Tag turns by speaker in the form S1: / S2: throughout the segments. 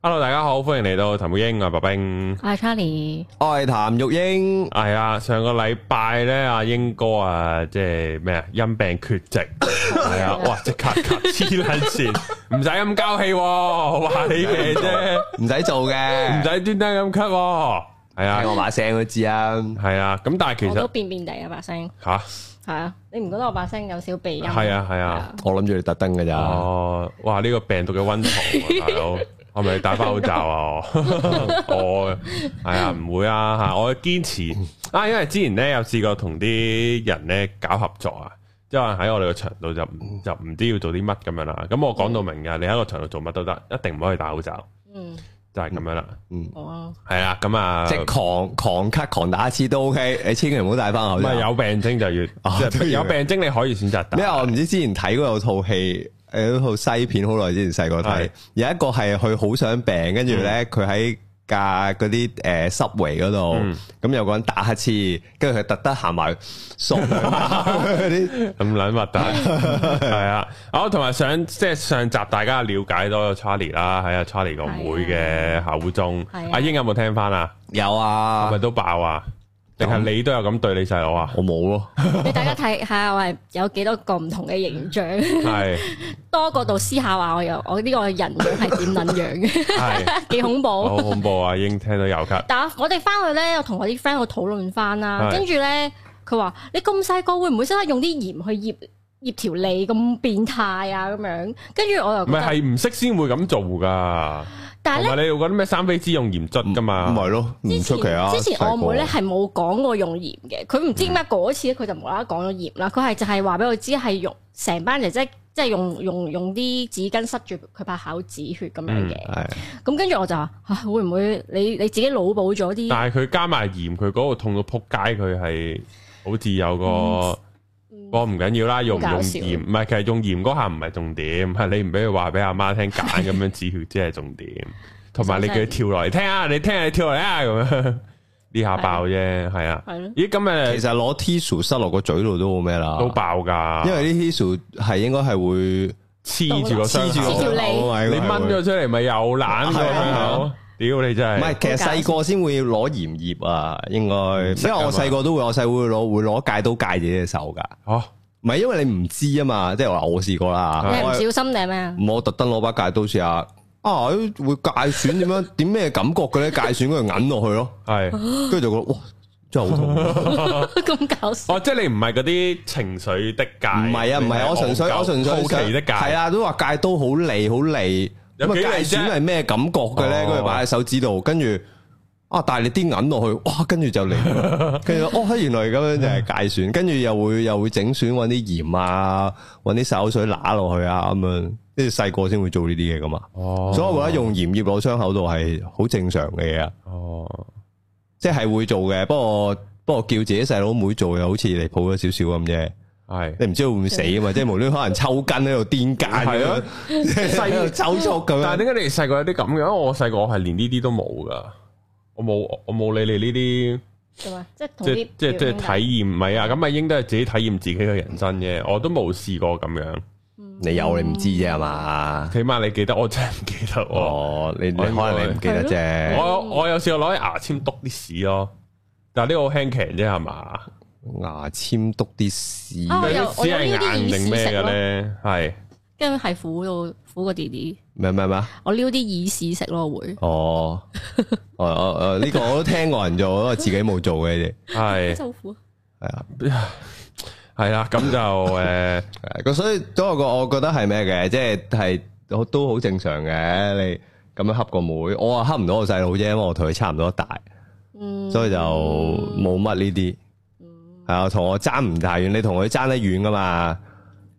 S1: Hello，大家好，歡迎嚟到談育鷹啊，白冰。
S2: 我係 Charlie，
S3: 我係譚玉英，
S1: 係啊，上個禮拜咧，阿英哥啊，即係咩啊，因病缺席，係啊，哇，即刻咳黐撚線， 唔使咁交氣喎， 話你嘅啫，
S3: 唔使做嘅，
S1: 唔使專登咁咳喎，係啊
S3: 聽，我把聲都知啊。
S1: 係啊，咁但係其
S2: 我都
S1: 實
S2: 變變地啊把聲，
S1: 吓，
S2: 係啊，你唔覺得我把聲有少鼻音？
S1: 係啊，係啊，
S3: 我諗住你特登噶咋，
S1: 哦，哇，呢個病毒嘅溫床啊，大佬。係咪戴翻口罩啊？我我係啊，唔會啊吓，我堅持啊，因為之前咧有試過同啲人咧搞合作啊，即係話喺我哋個場度就唔就唔知要做啲乜咁樣啦。咁我講到明㗎，你喺個場度做乜都得，一定唔可以戴口罩，
S2: 嗯，
S1: 就係咁樣啦。
S2: 好啊，
S1: 係啦，咁啊，
S3: 即係狂狂咳狂打一次都 OK，你千祈唔好戴翻口
S1: 唔
S3: 罩
S1: 係。啊有病徵就
S3: 哦
S1: 要，即係
S3: 都要
S1: 有病徵你可以選擇戴
S3: 咩啊？我唔知之前睇過有套戲，誒有套西片，好耐之前細
S1: 係
S3: 個
S1: 嗯
S3: 睇，有一個係佢好想病，跟住咧佢喺架嗰啲誒 subway 嗰度，
S1: 嗯
S3: 咁有個人打乞嗤，跟住佢特登行埋縮兩下嗰 啲，
S1: 咁撚核 突，係啊！好，同埋想即係上集大家了解多咗 Charlie 啦，喺阿 Charlie 個妹嘅口中，
S2: 係啊
S1: 阿英有冇聽翻啊？
S3: 有
S1: 係
S3: 啊
S1: 咪，都爆啊？定係你都有咁對你細佬 啊？
S3: 我冇咯，
S2: 你大家睇下我係有幾多個唔同嘅形象，
S1: 係
S2: 多角度思考下我有我呢個人樣係點撚樣 嘅，
S1: 係，
S2: 幾恐怖
S1: 好。恐怖啊！英聽到有咳，
S2: 但我哋翻去咧，我同我啲 friend 去討論翻啦，
S1: 係
S2: 跟住咧佢話：你咁細個會唔會識得用啲鹽去醃醃條脷咁變態啊？咁樣，跟住我又
S1: 唔係
S2: 覺得，
S1: 係唔識先會咁做㗎，
S2: 但係
S1: 同
S2: 咧。
S1: 埋你要嗰啲咩三飛枝用鹽捽㗎
S3: 唔
S1: 嘛？
S3: 係咯，唔
S2: 之前
S3: 出奇啊。
S2: 之前我
S3: 細個嗯
S2: 妹咧係冇講過用鹽嘅，佢唔知點解嗰次咧佢就無啦啦講咗鹽啦，佢係就係話俾我知係用成班姐姐即係用用用啲紙巾塞住佢把口止血咁樣嘅。
S3: 係
S2: 咁跟住我就話啊，會唔會你你自己腦補咗啲？
S1: 但係佢加埋鹽，佢嗰個痛到撲街，佢係好似有個。
S2: 嗯
S1: 我唔緊要啦，用唔
S2: 好
S1: 用
S2: 搞笑
S1: 鹽？唔係，其實用鹽嗰下唔係重點，係你唔俾佢話俾阿媽聽揀咁樣止血先係重點。同埋你叫佢跳落嚟聽啊，你聽下你跳落嚟啊咁樣， 呢下爆啫，係啊。
S2: 係咯，
S1: 咦，咁
S3: 其
S1: 誒
S3: 實攞 tissue 塞落個嘴度都好咩啦，
S1: 都爆㗎，
S3: 因為啲 tissue 係應該係會
S1: 黐住個傷
S3: 黐住
S1: 口，
S2: 條
S3: 個
S2: 脷
S3: 口啊，
S1: 你
S3: 應該
S1: 掹
S3: 係會
S1: 咗出嚟咪又爛個
S3: 係啊
S1: 傷口。屌你真係
S3: 唔係，，其實細個先會攞鹽葉啊，應該，因為我細個都會，我細會攞會攞戒刀戒自己隻手㗎，
S1: 哦，
S3: 唔係因為你唔知啊嘛，即係話我試過啦，
S2: 你係唔
S3: 我
S2: 小心定係咩啊？
S3: 我特登攞把戒刀試下，啊會戒損點樣點咩感覺嘅咧？戒損嗰度揞落去咯，
S1: 係，
S3: 跟住就覺得哇真係好痛，唔
S2: 咁搞笑，
S1: 哦，即係你唔係嗰啲情緒的戒，唔
S3: 係啊唔係，我純粹我純粹
S1: 好奇的戒，
S3: 係啊都話戒刀好利好利，
S1: 有
S3: 咁啊
S1: 幾利
S3: 戒
S1: 啫
S3: 損係咩感覺嘅咧？
S1: 哦
S3: 跟住擺喺手指度，跟住。啊！但係你啲銀落去，哇！跟住就嚟， 跟住哦，原來咁樣就係戒損，跟住又會又會整損，揾啲鹽啊，揾啲手水揦落去啊，咁樣，跟住細個先會做呢啲嘢噶嘛。
S1: 哦，
S3: 所以我覺得用鹽醃落傷口度係好正常嘅嘢啊，
S1: 哦。
S3: 即係會做嘅。不過不過叫自己細佬妹做又好似離譜咗少少咁啫。
S1: 係
S3: 你唔知會唔會死啊嘛？即係無端可能抽筋喺度癲間
S1: 係
S3: 咁
S1: 啊
S3: 樣，喺度抽啊搐咁
S1: 但係
S3: 樣。
S1: 點解你哋細個有啲咁嘅？因為我細個我係連呢啲都冇噶，我冇我冇理你呢啲，
S2: 係嘛即係同
S1: 即
S2: 啲
S1: 係即係即係體驗，唔係啊，咁啊應該係自己體驗自己嘅人生啫。我都冇試過咁樣，
S3: 你有你唔知啫係嘛？
S1: 起碼你記得，我真係唔記得喎。
S3: 哦，你你可能你唔記得啫，
S1: 我我有試過攞啲牙籤篤啲屎咯，但係呢個好輕騎啫係嘛？
S3: 牙籤篤啲屎，
S2: 哦啊我有
S1: 啲屎係硬定咩嘅咧？係
S2: 跟住係苦到苦過弟弟，
S3: 咩咩咩？
S2: 我撩啲耳屎食咯會。
S3: 哦，哦哦哦，呢個我都聽過人做，不過自己冇做嘅啫。
S1: 係
S2: 真係好苦，
S3: 係啊，
S1: 係啦，咁就呃誒
S3: 係咁所以都我覺我覺得係咩嘅，即係係都好正常嘅。你咁樣恰個妹，我啊恰唔到我細佬啫，因為我同佢差唔多大。
S2: 嗯，
S3: 所以就冇乜呢啲。係啊，同我爭唔太遠，你同佢爭得遠噶嘛？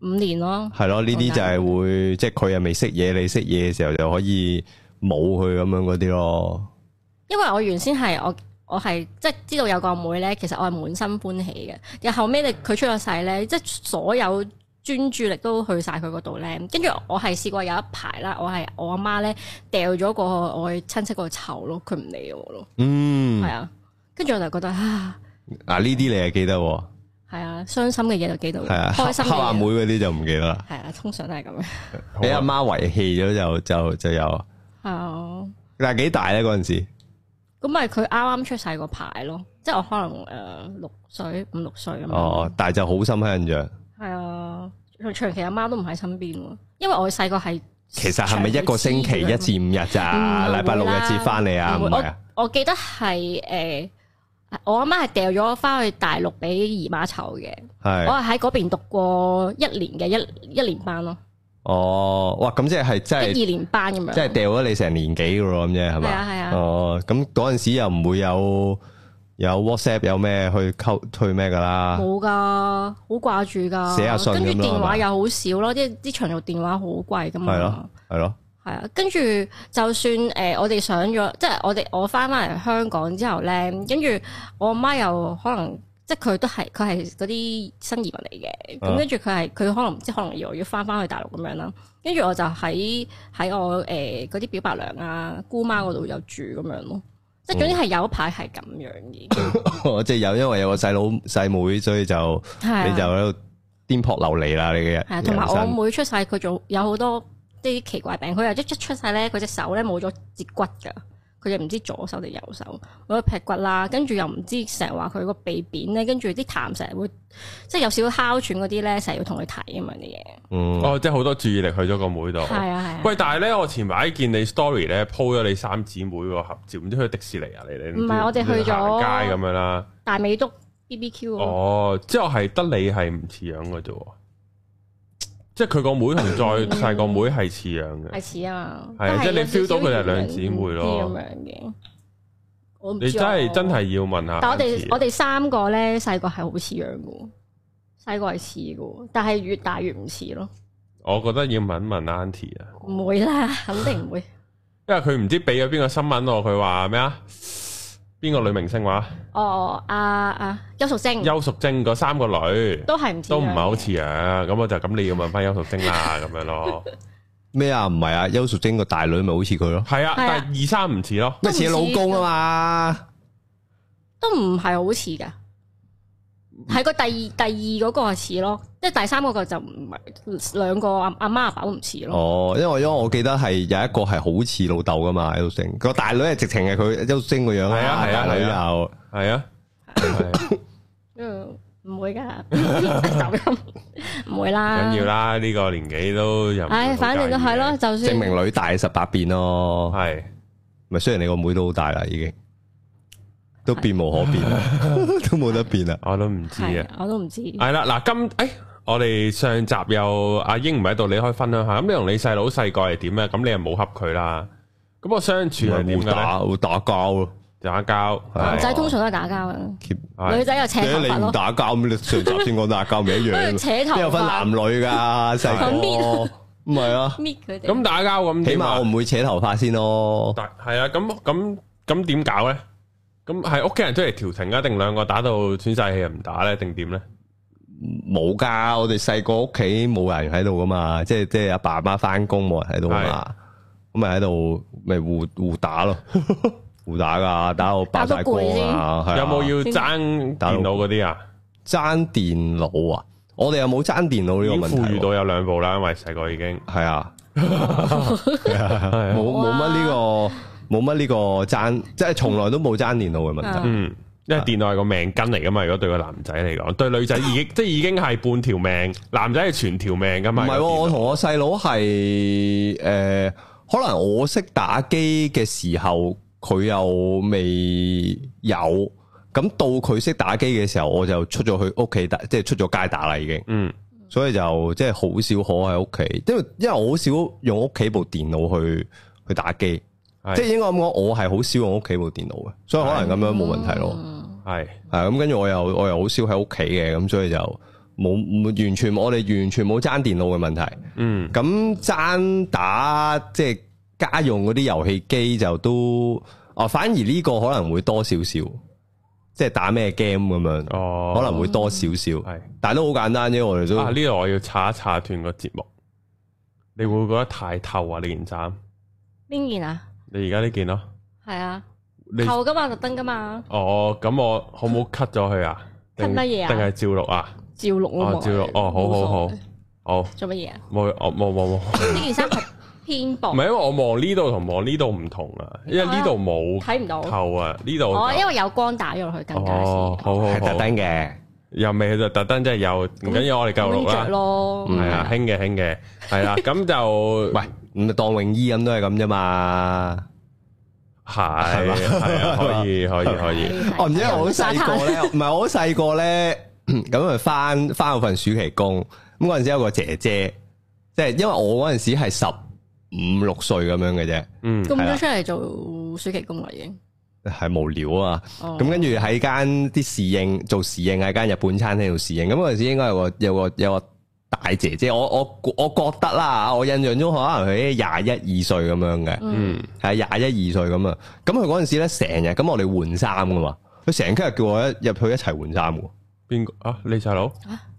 S2: 五年咯，
S3: 係咯，呢啲就係會即係佢又未識嘢，你識嘢嘅時候就可以冇佢咁樣嗰啲咯。
S2: 因為我原先係我我係即係知道有個妹咧，其實我係滿心歡喜嘅。然後後尾你佢出咗世咧，即係所有專注力都去晒佢嗰度咧。跟住我係試過有一排啦，我係我阿媽咧掉咗個我親戚嗰度湊咯，佢唔理我咯，
S3: 嗯
S2: 係，啊。跟住我就覺得啊，
S3: 嗱呢啲你係記得喎，
S2: 係啊，傷心嘅嘢就記到，
S3: 係啊，
S2: 開心嘅
S3: 黑阿妹
S2: 嘢
S3: 嗰啲就唔記得啦。
S2: 係啊，通常都係咁樣。
S3: 俾阿媽遺棄咗就就就有
S2: 係啊，
S3: 但係幾大咧嗰陣時？
S2: 咁咪佢啱啱出世嗰排咯，即係我可能诶六歲五六歲咁樣。
S3: 哦，但係就好深刻印象。
S2: 係啊，長長期阿媽都唔喺身邊喎，因為我細個係
S3: 其實係咪一個星期一至五日咋？
S2: 嗯
S3: 禮拜六日至翻嚟啊？
S2: 唔
S3: 唔
S2: 會
S3: 係啊？
S2: 我記得係诶、呃我阿媽係掉咗我翻去大陸俾姨媽湊嘅，我係
S3: 係
S2: 喺嗰邊讀過一年嘅一一年班咯，
S3: 哦，哇！咁即係即係
S2: 一二年班咁樣。
S3: 即係掉咗你成年幾嘅咯，咁啫係
S2: 係啊
S3: 嘛？
S2: 係啊
S3: 哦，咁嗰陣時又唔會有有 WhatsApp 有咩去溝去咩㗎啦？
S2: 冇噶，好掛住噶。
S3: 啊寫下信咁咯
S2: 跟住電
S3: 係嘛
S2: 話又好少咯，即係啲長途電話好貴噶嘛。
S3: 係咯係咯，
S2: 係啊，跟住就算誒、呃我哋上咗，即係我哋我翻翻嚟香港之後咧，跟住我阿媽又可能即係佢都係佢係嗰啲新移民嚟嘅，
S3: 啊
S2: 咁跟住佢係佢可能即係可能又要翻翻去大陸咁樣啦，跟住我就喺喺我誒嗰啲表白娘啊姑媽嗰度有住咁樣咯，即係總之係有一排係咁樣嘅，
S3: 即係有因為有個細佬細妹，所以就
S2: 係啊
S3: 你就喺度顛簸流離啦，你嘅人
S2: 係啊，同埋我
S3: 人生
S2: 妹出世佢仲有好多啲奇怪病，佢又一一出世咧，佢隻手咧冇咗截骨㗎，佢就唔知左手定右手，冇咗劈骨啦，跟住又唔知成日話佢個鼻扁咧，跟住啲痰成日會即係有少少哮喘嗰啲咧，成日要同佢睇咁樣嘅嘢。
S3: 嗯
S1: 哦，即係好多注意力去咗個妹度。
S2: 係啊係啊，
S1: 哦喂，但係咧，我前排見你 story 咧 po 咗你三姊妹個合照，唔知去迪士尼啊？你哋
S2: 唔係我哋去咗
S1: 行街咁樣啦。
S2: 大美督 B B Q 啊，
S1: 哦，之後係得你係唔似樣嘅啫喎，即係佢個妹同再細個妹係似樣嘅。
S2: 嗯係似啊嘛，
S1: 係啊
S2: 都
S1: 即係你
S2: 有少
S1: feel 到佢哋係
S2: 少少
S1: 兩姊妹咯
S2: 咁樣嘅。我唔知啊
S1: 你真係
S2: 我
S1: 真係要問下。啊
S2: 但我哋我哋三個咧細個係好似樣嘅喎，細個係似嘅喎，但係越大越唔似咯。
S1: 我覺得要問一問 Auntie 啊，
S2: 唔會 啦，肯定唔會。
S1: 因為佢唔知俾咗邊個新聞我，佢話咩啊？邊個女明星話
S2: 哦，啊啊，邱淑貞
S1: 邱淑貞嗰三個女
S2: 都係唔似樣嘅，
S1: 都唔係好似樣，咁我就咁你要問翻邱淑貞 啦，咁樣咯。
S3: 咩啊？唔係啊？邱淑貞個大女咪好似佢咯，
S1: 係啊，
S2: 係啊
S1: 但係二三唔似 咯。
S3: 咩似老公啊嘛？
S2: 都唔係好似㗎。係個第二第二嗰個係似咯，即係第三嗰個就唔係兩個阿阿媽阿爸都唔似咯。
S3: 哦，因為因為我記得係有一個係好似老豆噶嘛，邱星個大女係直情係佢邱星個樣
S1: 係啊係啊
S3: 大女
S1: 係啊
S3: 又
S1: 係啊，係
S2: 嗯唔會㗎， 就咁 唔
S1: 啊
S2: 會啦。
S1: 緊要。啦，呢個年紀都又唔會好
S2: 唉，反正都係咯，就算
S3: 證明女大十八變
S1: 介意
S3: 咯，
S1: 嘅，係
S3: 咪雖然你個妹都好大啦，已經都變無可 變啦，都冇得變啦。
S1: 我都唔知
S2: 係
S1: 啊。
S2: 啊我都唔知。
S1: 係啦，嗱今诶。我哋上集又阿英唔喺度，你可以分享下。咁你同你細佬細個係點咧？咁你又冇恰佢啦。咁我相處係點
S3: 冇
S1: 嘅咧？
S3: 打會打交咯，
S1: 打交，
S3: 係
S2: 男
S1: 係
S2: 仔通常都係打交嘅，
S1: 係
S2: 女仔又扯
S3: 你
S2: 頭
S3: 你
S2: 髮
S3: 唔
S2: 咯。
S3: 打交咁，你上集先講打交咪 一
S2: 跟
S3: 樣
S2: 住，扯頭髮
S3: 邊有分男女噶細
S2: 咁
S3: 個，唔係啊，
S2: 搣佢哋。
S1: 咁打交咁
S3: 起
S1: 點啊
S3: 碼我？唔會扯頭髮先咯。
S1: 但係啊，咁咁咁點搞咧？咁係屋企人出嚟調停啊，定兩個打到喘晒氣又唔打咧，定點咧？
S3: 冇噶，我哋細個屋企冇人喺度噶嘛，即係即系阿爸阿媽翻工冇人喺度噶嘛，咁咪喺度咪互互 打咯，互打噶，打到爆晒光啊！係啊
S1: 有冇要爭
S3: 打到
S1: 電腦嗰啲啊？
S3: 爭電腦啊？我哋又冇爭電腦
S1: 已
S3: 呢
S1: 經
S3: 個問題
S1: 富裕
S3: 喎，
S1: 到有兩部啦，因為細個已經
S3: 係啊，係啊
S1: 係啊
S3: 冇冇乜呢個冇乜呢個爭，即係從來都冇爭電腦嘅問題。
S2: 啊
S1: 嗯。因為電腦係個命根嚟噶嘛，如果對個男仔嚟講，對女 仔已經即係已經係半條命，男仔係全條命噶
S3: 唔
S1: 嘛。
S3: 係喎，我同我細佬係誒，可能我識打機嘅時候，佢又未有。咁到佢識打機嘅時候，我就出咗去屋企打，即係出咗街打啦已經。
S1: 嗯
S3: 所以就即係好少可喺屋企，因為因為我好少用屋企部電腦去去打機，
S1: 係
S3: 即係應該咁講，我係好少用屋企部電腦嘅，所以可能咁樣冇問題咯。
S2: 嗯
S1: 係
S3: 係咁跟住我又我又好少喺屋企嘅，咁所以就冇冇完全我哋完全冇爭電腦嘅問題。
S1: 嗯
S3: 咁爭打即係家用嗰啲遊戲機就都哦，反而呢個可能會多少少，即係打咩 game 咁樣，
S1: 哦，
S3: 可能會多少少，
S1: 係
S3: 但係都好簡單啫。我哋都
S1: 啊！呢度我要查一查斷個節目，你會唔會覺得太透啊？呢件衫，
S2: 邊件啊？
S1: 你而家呢件咯，
S2: 係啊，
S1: 你
S2: 扣噶嘛，特登噶嘛，
S1: 哦，咁我好唔好 cut 咗 佢啊？定
S2: cut 乜嘢啊
S1: 定係照錄啊？
S2: 照錄咯
S1: 哦，照錄，哦，好好好，好，
S2: 做乜嘢啊？
S1: 冇，我冇冇冇，
S2: 呢件衫係偏薄
S1: 唔係，因為我望呢度同望呢度唔同啊，因為呢度冇
S2: 睇唔到。
S1: 透啊，呢度就
S2: 哦，因為有光打咗落去，更加
S1: 哦，
S2: 先。
S1: 好好
S3: 係特
S1: 好，
S3: 登嘅，
S1: 又未就特登，即係有唔緊要，我哋夠
S2: 咁
S1: 六
S2: 着
S1: 啦，
S2: 咯，
S1: 係啊，興嘅興嘅，係 啦，咁就
S3: 喂，唔當泳衣咁都係咁啫嘛。
S1: 係
S3: 係嘛
S1: 係 啊，可以可以可以。
S2: 係
S3: 哦我唔知，我好細
S2: 沙
S3: 個
S2: 灘
S3: 咧，唔係我好細個咧， 咁啊翻翻我份暑期工，咁嗰陣時有個姐姐，即係因為我嗰陣時係十五六歲咁樣嘅啫，
S1: 嗯，
S2: 咁
S3: 係啊
S2: 咗出嚟做暑期工啦已經。
S3: 係無聊啊。
S2: 哦
S3: 咁跟住喺間啲侍應做侍應喺間日本餐廳度侍應，咁嗰陣時應該有個有個有個大姐姐，我我我覺得啦，我印象中可能佢廿一二歲咁樣嘅，
S1: 嗯，
S3: 係廿一二歲咁啊。咁佢嗰陣時咧成日咁我哋換衫噶嘛，佢成日叫我一入去一齊換衫喎。
S1: 邊個啊？你細佬？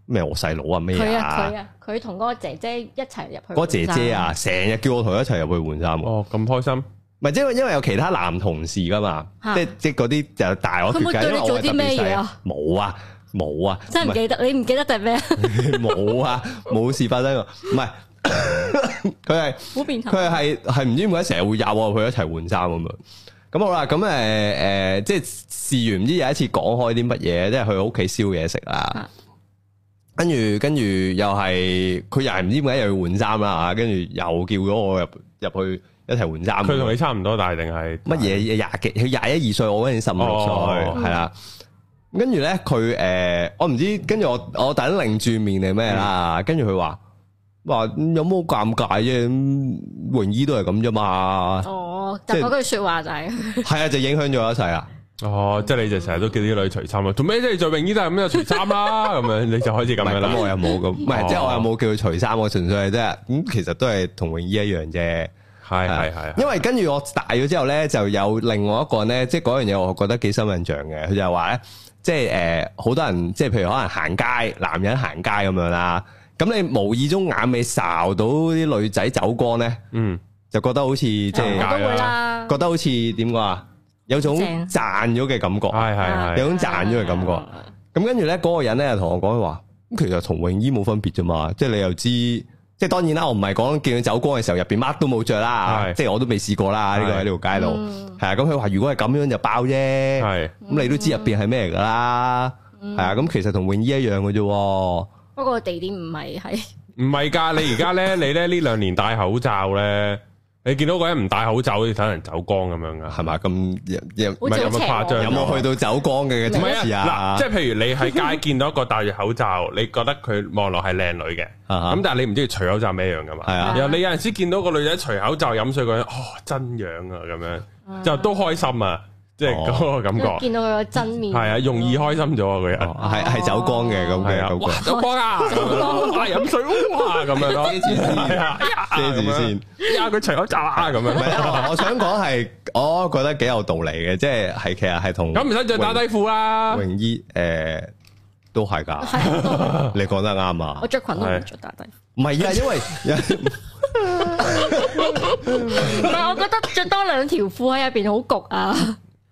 S3: 咩我細佬啊咩
S2: 佢啊
S3: 啊
S2: 佢，啊，佢同嗰個姐姐一齊入去。
S3: 嗰個姐姐，啊，成日叫我同佢一齊入去換衫喎，
S1: 哦，咁開心。
S3: 唔係因為因為有其他男同事噶嘛，
S2: 嚇
S3: 即即嗰啲就大我
S2: 啊佢
S3: 決
S2: 冇對
S3: 計，因為
S2: 你
S3: 我
S2: 做
S3: 係
S2: 啲
S3: 特別
S2: 咩
S3: 細
S2: 嘢啊？
S3: 冇啊冇啊，
S2: 真係唔記得，你唔記得定係咩？
S3: 冇啊，冇事發生過，唔係佢係
S2: 好變態。
S3: 佢係係唔知點解成日會有我去一齊換衫咁樣。啊咁好啦，咁誒誒，即係試完唔知有一次講開啲乜嘢，即係去佢屋企燒嘢食啦
S2: 啊。
S3: 跟住跟住又係佢又係唔知點解又要換衫啦，跟住又叫咗我入入去一齊換衫。
S1: 佢同你差唔多大定係
S3: 乜嘢廿幾？佢廿一二歲，我嗰陣十五六
S1: 哦
S3: 歲，係啦。跟住咧，佢誒、呃我唔知。跟住我，我等擰住面定咩
S1: 嗯
S3: 啦？跟住佢話：話嗯有冇尷尬啫？咁泳衣都係咁啫 嘛。
S2: 哦，就
S3: 即係
S2: 嗰句说話就係，
S3: 係啊，就影響咗一世啦。
S1: 哦，即係你就成日都叫啲女除衫啦，做咩啫？你着泳衣都係咁樣除衫 啦，咁樣你就開始咁
S3: 唔係
S1: 樣
S3: 咁，我
S1: 啦。
S3: 又冇咁，唔係
S1: 哦
S3: 即係我又冇叫佢除衫，我純粹係即係咁，其實都係同泳衣一樣啫。
S1: 係係係，
S3: 因為跟住我大咗之後咧，就有另外一個咧，即係嗰樣嘢，我覺得幾深印象嘅。佢就係話咧，即係诶，好、多人即係譬如可能行街，男人行街咁樣啦，咁你無意中眼尾睄到啲女仔走光咧，
S1: 嗯，
S3: 就覺得好似即
S1: 係
S3: 係
S1: 啊
S2: 我都會啦。
S3: 覺得好似點講啊，有種
S2: 正
S3: 賺咗嘅感覺。
S1: 係
S2: 啊
S1: 係
S3: 有
S1: 係，
S3: 種賺咗嘅感覺咁跟住咧，嗰、個人咧就同我講佢話，咁其實同泳衣冇分別啫嘛，即係你又知，即係當然啦，我唔係講見佢走光嘅時候入邊乜都冇着啦
S1: 係，
S3: 即係我都未試過啦，呢個
S1: 係
S3: 喺呢條街度。
S2: 嗯
S3: 係啊，咁佢話如果係咁樣就爆啫，咁
S1: 係
S3: 你都知入邊係咩嚟噶啦，
S2: 嗯
S3: 係啊，咁其實同泳衣一樣嘅啫喎，
S2: 不過地點唔係喺
S1: 唔係㗎？你而家咧，你咧呢兩年戴口罩咧，你見到個人唔戴口罩，好似睇人走光咁樣㗎。
S3: 係咪咁有有
S1: 唔係有冇誇張？
S3: 有冇去到走光嘅
S1: 唔
S3: 層次
S1: 係啊，
S3: 啊？
S1: 嗱，即係譬如你 喺街見到一個戴住口罩，你覺得佢望落係靚女嘅，
S3: 啊
S1: 咁但係你唔知佢除口罩咩樣噶嘛？
S3: 係啊
S1: 然後你有陣時見到個女仔除口罩飲水嗰陣，哦，真樣啊咁樣，就都開心啊，即係嗰個感
S2: 因為
S1: 覺，
S2: 見到佢個真面，
S1: 係啊，容易開心咗啊個人，
S3: 哦係係走光嘅咁
S1: 係
S3: 嘅
S1: 啊，
S3: 感
S1: 哇
S3: 覺，，
S1: 走 光啊，哇，飲水哇 咁樣咯，係啊哎呀
S3: 遮住
S1: 咁樣
S3: 先。
S1: 哎呀，佢除口罩啊咁
S3: 唔
S1: 樣，
S3: 係啊我想講係，我覺得幾有道理嘅，即係係其實係同
S1: 咁唔使着打底褲啦，
S3: 泳衣誒都係㗎，
S2: 係都
S3: 你講得啱啊
S2: 我！着裙都唔着打底。
S3: 唔係啊，因為
S2: 唔係，我覺得着多兩條褲喺入邊好焗啊，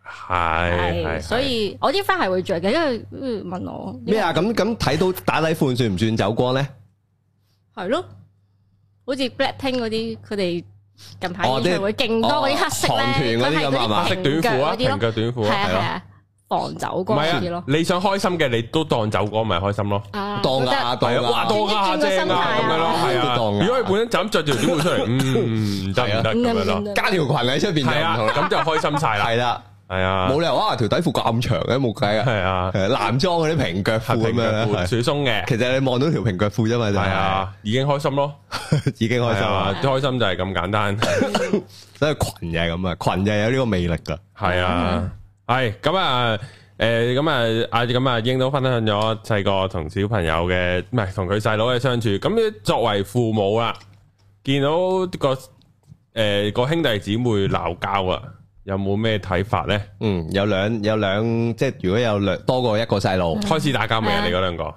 S1: 係
S2: 係，
S1: 係，
S2: 所以我啲 friend 係會着嘅，因為嗯問我
S3: 咩啊？咁咁睇到打底褲算唔算走光咧？
S2: 係咯，好似 Blackpink 嗰啲，佢哋近排
S3: 哦
S2: 演唱會勁多嗰啲黑色
S3: 哦韓
S2: 咧，
S3: 團嗰
S2: 佢
S3: 啲
S2: 係
S3: 咁係嘛
S1: 黑色
S2: 啲
S1: 短褲啊，
S2: 平
S1: 平
S2: 腳嗰啲咯，
S1: 腳短褲
S2: 係
S1: 啊。
S2: 啊
S3: 係
S2: 係
S3: 咯
S2: 啊，防走
S1: 唔
S2: 光嗰
S1: 係
S2: 啲
S1: 啊
S2: 咯，，
S1: 你想開心嘅你都當走光咪開心咯。
S2: 啊
S3: 當
S2: 覺得
S3: 啦，當
S1: 係
S3: 啦，
S1: 啊，哇，當下
S2: 轉一轉個
S1: 正
S2: 心態
S1: 啊，
S2: 啊
S1: 咁樣咯，係啊。
S3: 當啊
S1: 如果佢本身就咁着條短褲出嚟，嗯，唔得唔得
S2: 唔得
S1: 咁樣
S2: 唔得
S1: 咯，
S3: 加條裙喺出邊
S1: 係
S3: 就唔
S1: 啊
S3: 同，啦，
S1: 咁就開心晒啦
S3: 係，啦，
S1: 係啊，
S3: 冇理由啊條底褲咁長嘅，冇計啊，
S1: 係啊，
S3: 係男裝嗰啲平腳
S1: 係
S3: 褲
S1: 啊
S3: 咁
S1: 平腳
S3: 樣咧
S1: 褲，
S3: 係
S1: 水鬆嘅，
S3: 其實你望到條平腳褲啫嘛，就
S1: 係
S3: 係
S1: 啊，已經開心咯，
S3: 已經開
S1: 開
S3: 心
S1: 心啊
S3: 啦，，
S1: 開心就係咁簡 單，
S3: 所以裙就係咁啊，裙就係有呢個魅力噶，
S1: 係啊，係咁啊。誒咁啊，啊咁啊，英都分享咗細個同小朋友嘅，唔係同佢細佬嘅相處。咁作為父母啦，見到個誒、個兄弟姊妹鬧交啊，有冇咩睇法咧？
S3: 嗯，有兩有兩，即係如果有兩多過一個細路，
S1: 開始打交未
S2: 係
S1: 啊？
S2: 啊
S1: 你嗰兩個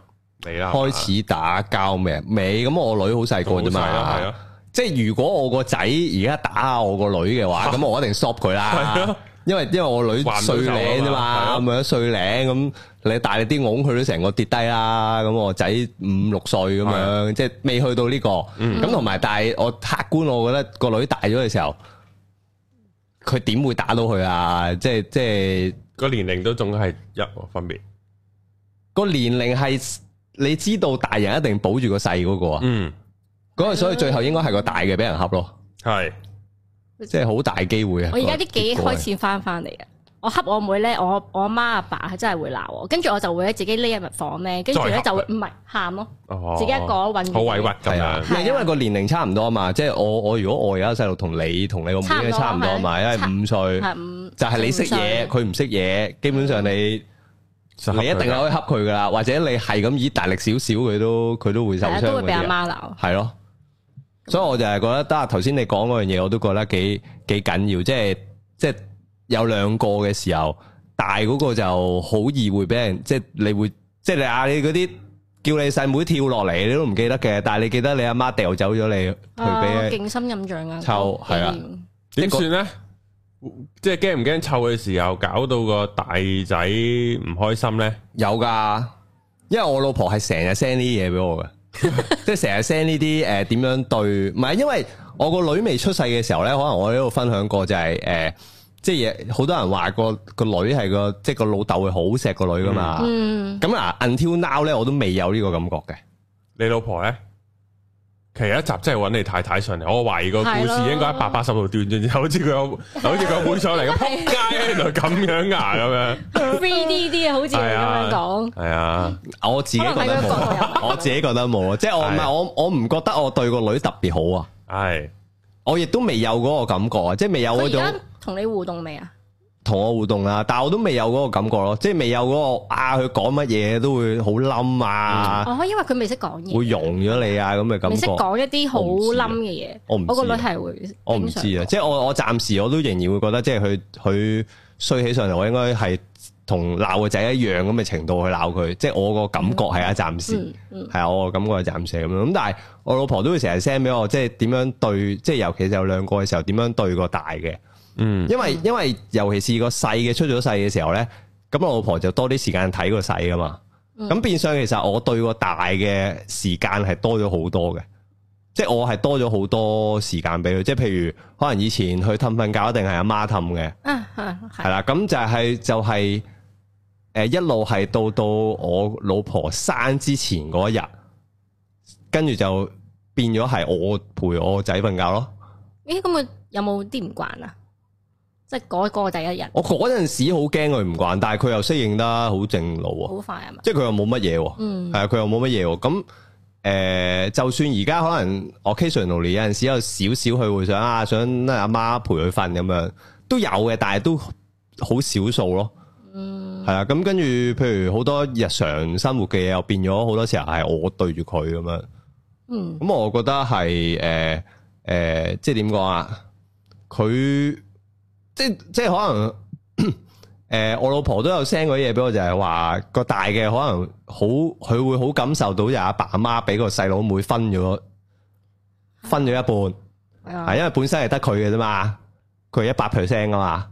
S1: 未啦？
S3: 開始打交咩？未咁我女好細個啫
S1: 好細
S3: 嘛
S1: 啦，
S3: 即係如果我個仔而家打下我個女 嘅話，咁我一定 stop 佢啦
S1: 係啊。
S3: 因為因為我女
S1: 還唔到
S3: 碎
S1: 手啊嘛
S3: 領啫嘛，
S1: 係啊
S3: 咁樣碎領咁你大力啲拱佢都成個跌低啦。咁我仔五六歲咁
S1: 係啊嗯
S3: 樣，即係未去到呢個。咁同埋，但係我客觀，我覺得個女大咗嘅時候，佢點會打到佢啊？即係即係
S1: 個年齡都仲係一喎分別。
S3: 個年齡係你知道，大人一定保住個細嗰個啊。
S1: 嗯，
S3: 嗰個所以最後應該係個大嘅俾人恰咯，
S1: 係
S3: 即係好大機會啊！
S2: 我而家啲記憶
S3: 個結果係
S2: 開始翻翻嚟啊！我恰我妹咧，我我阿媽阿爸係真係會鬧我，跟住我就會喺自己匿喺入房咧，跟住
S1: 再
S2: 咧
S1: 恰
S2: 就會
S1: 佢
S2: 唔係喊咯，
S1: 哦
S2: 自己一個揾
S1: 好委屈咁
S3: 係啊
S1: 樣。，
S2: 係啊
S3: 因為個年齡差唔多啊嘛，即係我我如果我而家細路同你同你個妹咧差
S2: 差
S3: 唔
S2: 唔
S3: 多
S2: 多
S3: 啊嘛，因
S2: 係
S3: 為五歲
S2: 係唔啊
S3: 就係你識嘢，佢唔識嘢，基本上你
S1: 就
S3: 你一定
S1: 恰佢
S3: 可以恰佢噶啦，或者你係咁以大力少少，佢都佢都會受
S2: 係啊
S3: 傷
S2: 都
S3: 嗰
S2: 會俾阿
S3: 啲啊，
S2: 媽鬧。
S3: 係咯。所以我就係覺得，得啊頭先你講嗰樣嘢，我都覺得幾幾緊要，即係即係有兩個嘅時候，大嗰個就好易會俾人，即係你會，即係你啊，你嗰啲叫你細妹跳落嚟，你都唔記得嘅，但係你記得你阿媽掉走咗你，
S2: 啊
S3: 佢俾
S2: 勁深印象啊！
S3: 臭
S2: 嗰幾
S3: 係啊
S2: 年
S1: 點算咧？即係驚唔驚湊嘅時候，搞到個大仔唔開心咧？
S3: 有噶，因為我老婆係成日 send 呢啲嘢 俾我嘅，即係成日 send 呢啲誒點樣對，唔係因為我個女未出世嘅時候咧，可能我喺度分享過就係、誒、即係嘢好多人話個個女係個即係個老豆會好錫個女噶嘛，
S2: 嗯，
S3: 咁嗱、until now 咧我都未有呢個感覺嘅。
S1: 你老婆咧？其實一集真係揾你太太上嚟，我懷疑個故事應該一百八十度轉轉，好似佢 有，好似佢有本上嚟咁，扑街啊原來咁樣噶咁樣，
S2: three D 啲啊，好似你咁樣講，
S1: 係啊，
S3: 我自己覺得
S2: 可能喺佢角度
S3: 冇，啊我自己覺得冇啊！即係我唔係
S1: 係
S3: 我我唔覺得我對個女特別好啊，
S1: 係
S3: 我亦都未有嗰個感覺啊，即係未有
S2: 佢
S3: 嗰
S2: 而
S3: 種
S2: 家同你互動未啊？
S3: 同我互動啊啦，但係我都未有嗰個感覺咯，即係未有嗰、個啊佢講乜嘢都會好冧啊，
S2: 哦，因為佢未識講嘢，
S3: 會融咗你啊咁嘅感
S2: 未識
S3: 覺。
S2: 講一啲好
S3: 我唔知啊
S2: 冧嘅嘢。
S3: 我唔知啊
S2: 我個女係會，
S3: 我唔知啊，即係我我暫時我都仍然會覺得，即係佢佢衰起上嚟，我應該係同鬧個仔一樣咁嘅程度去鬧佢，即係我個感覺係啊，暫時。
S2: 嗯嗯，
S3: 係啊，我感覺係暫時係咁樣。咁但係我老婆都會成日 send 俾我，即係點樣對，即係尤其是有兩個嘅時候，點樣對個大嘅。
S1: 嗯，
S3: 因為因為尤其是個細嘅出咗世嘅時候咧，咁我老婆就多啲時間睇個細噶嘛。咁、變相其實我對個大嘅時間係多咗好多嘅，即係我係多咗好多時間俾佢。即係譬如可能以前去氹瞓覺一定係阿媽氹嘅。
S2: 啊係
S3: 系
S2: 係
S3: 啦，咁就係就係呃一路係到到我老婆生之前嗰一日，跟住就變咗係我陪我仔瞓覺咯。
S2: 咦，咁佢有冇啲唔慣啊？即係嗰嗰個第一日
S3: 我嗰陣時好驚佢唔慣，但係佢又適應得好正路喎，
S2: 好快係嘛？
S3: 哦即係佢又冇乜嘢喎。
S2: 嗯
S3: 係啊，佢又冇乜嘢喎。咁诶、呃就算而家可能 occasionally 有阵时有少少佢會想啊，想阿媽陪佢瞓咁樣都有嘅，但係都好少數咯。嗯，系啊，咁跟住，譬如好多日常生活嘅嘢，又變咗好多時候係我對住佢咁樣。
S2: 嗯，
S3: 咁我覺得係誒誒，即係點講啊？佢即即係可能誒、呃我老婆都有 send 嗰啲嘢俾我，就係話個大嘅可能好，佢會好感受到就係阿爸阿媽俾個細佬妹分咗分咗一半。
S2: 係啊
S3: 係因為本身係得佢嘅啫嘛，佢一百 percent 啊嘛，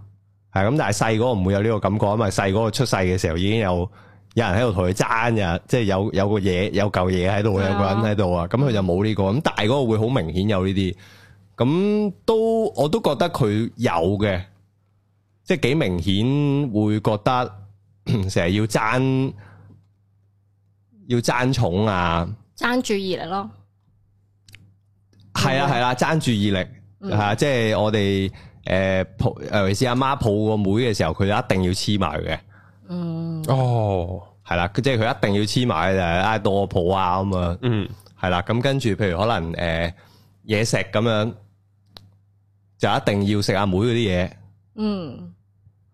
S3: 係咁，但係細嗰個唔會有呢個感覺，因為細嗰個出世嘅時候已經有有人喺度同佢爭嘅，即係有有個嘢有嚿嘢喺度，有個
S2: 係
S3: 人
S2: 啊
S3: 喺度啊，咁佢就冇呢、個，咁大嗰個會好明顯有呢啲，咁都我都覺得佢有嘅，即係幾明顯會覺得成日要爭要爭重啊。
S2: 爭注意力咯，
S3: 系啊系啦，爭注意力
S2: 嗯
S3: 系啊，即係我哋诶抱，尤其是阿媽抱個妹嘅時候，佢就一定要黐埋嘅，
S2: 嗯
S1: 哦，
S3: 係啦，佢即係佢一定要黐埋嘅就係啊到我抱啊咁啊，
S1: 嗯，
S3: 係啦，咁跟住譬如可能诶嘢食咁樣，就一定要食阿妹嗰啲嘢，
S2: 嗯，